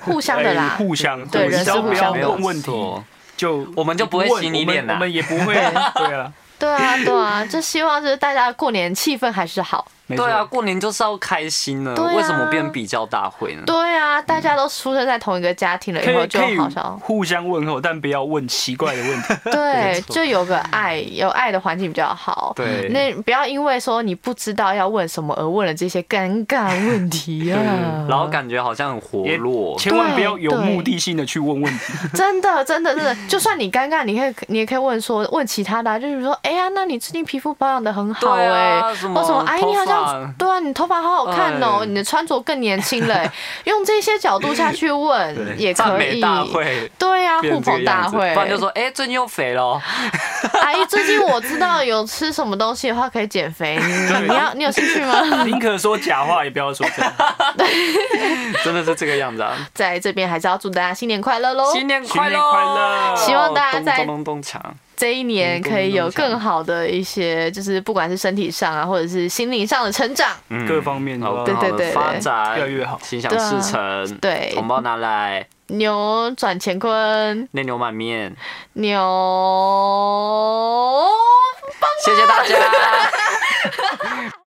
[SPEAKER 1] 互相的啦
[SPEAKER 4] 哎，互相
[SPEAKER 1] 对人是
[SPEAKER 4] 只要不
[SPEAKER 1] 互
[SPEAKER 4] 要
[SPEAKER 1] 相的
[SPEAKER 4] 碰问题，
[SPEAKER 2] 错
[SPEAKER 4] 就
[SPEAKER 2] 我们就不会
[SPEAKER 4] 问
[SPEAKER 2] 洗你脸啦
[SPEAKER 4] 我们我们也不会，对 啊，
[SPEAKER 1] 对啊，对啊，就希望就是大家过年气氛还是好。
[SPEAKER 4] 没错
[SPEAKER 2] 对啊，，过年就是要开心呢，
[SPEAKER 1] 对啊
[SPEAKER 2] 为什么变比较大会呢？
[SPEAKER 1] 对啊，大家都出生在同一个家庭了，
[SPEAKER 4] 可
[SPEAKER 1] 以后
[SPEAKER 4] 以
[SPEAKER 1] 就
[SPEAKER 4] 可以
[SPEAKER 1] 好 像
[SPEAKER 4] 互相问候，但不要问奇怪的问题。
[SPEAKER 1] 对，
[SPEAKER 2] 错
[SPEAKER 1] 就有个爱，有爱的环境比较好。
[SPEAKER 2] 对
[SPEAKER 1] 那不要因为说你不知道要问什么而问了这些尴尬问题呀、啊。
[SPEAKER 2] 嗯然后感觉好像很活
[SPEAKER 4] 也
[SPEAKER 2] 络，
[SPEAKER 4] 千万不要
[SPEAKER 1] 对
[SPEAKER 4] 有
[SPEAKER 1] 对
[SPEAKER 4] 目的性的去 问问题。
[SPEAKER 1] 真的，真的，真的，就算你尴尬，你可以，你也可以问说，问其他的啊、就是说，哎呀，那你最近皮肤保养的很好
[SPEAKER 2] 对
[SPEAKER 1] 哎、
[SPEAKER 2] 啊
[SPEAKER 1] 欸，
[SPEAKER 2] 什么
[SPEAKER 1] 或什么，哎，
[SPEAKER 2] 头
[SPEAKER 1] 你好
[SPEAKER 2] 发
[SPEAKER 1] 像，对啊，你头发好好看哦、
[SPEAKER 2] 哎
[SPEAKER 1] 你的穿着更年轻了、 欸，用这些角度下去问也
[SPEAKER 2] 赞
[SPEAKER 1] 可
[SPEAKER 2] 美
[SPEAKER 1] 以，
[SPEAKER 2] 大会。
[SPEAKER 1] 对呀、啊，
[SPEAKER 2] 变
[SPEAKER 1] 互
[SPEAKER 2] 成
[SPEAKER 1] 捧
[SPEAKER 2] 这个
[SPEAKER 1] 大
[SPEAKER 2] 样子，
[SPEAKER 1] 会，
[SPEAKER 2] 不然 就说，哎、最近又肥了哦，
[SPEAKER 1] 阿姨，最近我知道有吃什么东西的话可以减 肥，你你要你有兴趣吗？
[SPEAKER 4] 宁可说假话，也不要说真话。
[SPEAKER 2] 真的是这个样 子啊！
[SPEAKER 1] 在这边还是要祝大家新年快乐喽！
[SPEAKER 2] 新年
[SPEAKER 4] 新
[SPEAKER 2] 快
[SPEAKER 4] 年
[SPEAKER 2] 乐，
[SPEAKER 4] 快乐
[SPEAKER 1] 希望大家在
[SPEAKER 2] 咚咚咚咚锵
[SPEAKER 1] 这一年可以有更好的一些，就是不管是身体上啊，或者是心灵上的成长。
[SPEAKER 2] 嗯
[SPEAKER 4] 各方面
[SPEAKER 2] 然后
[SPEAKER 4] 对
[SPEAKER 1] 啊对
[SPEAKER 2] 更好的
[SPEAKER 1] 对
[SPEAKER 2] 发展
[SPEAKER 4] 越来越好
[SPEAKER 2] 心想
[SPEAKER 1] 对啊
[SPEAKER 2] 事成，
[SPEAKER 1] 对
[SPEAKER 2] 红包拿来，
[SPEAKER 1] 扭转乾坤，
[SPEAKER 2] 内牛满面，
[SPEAKER 1] 扭
[SPEAKER 2] 谢谢大家。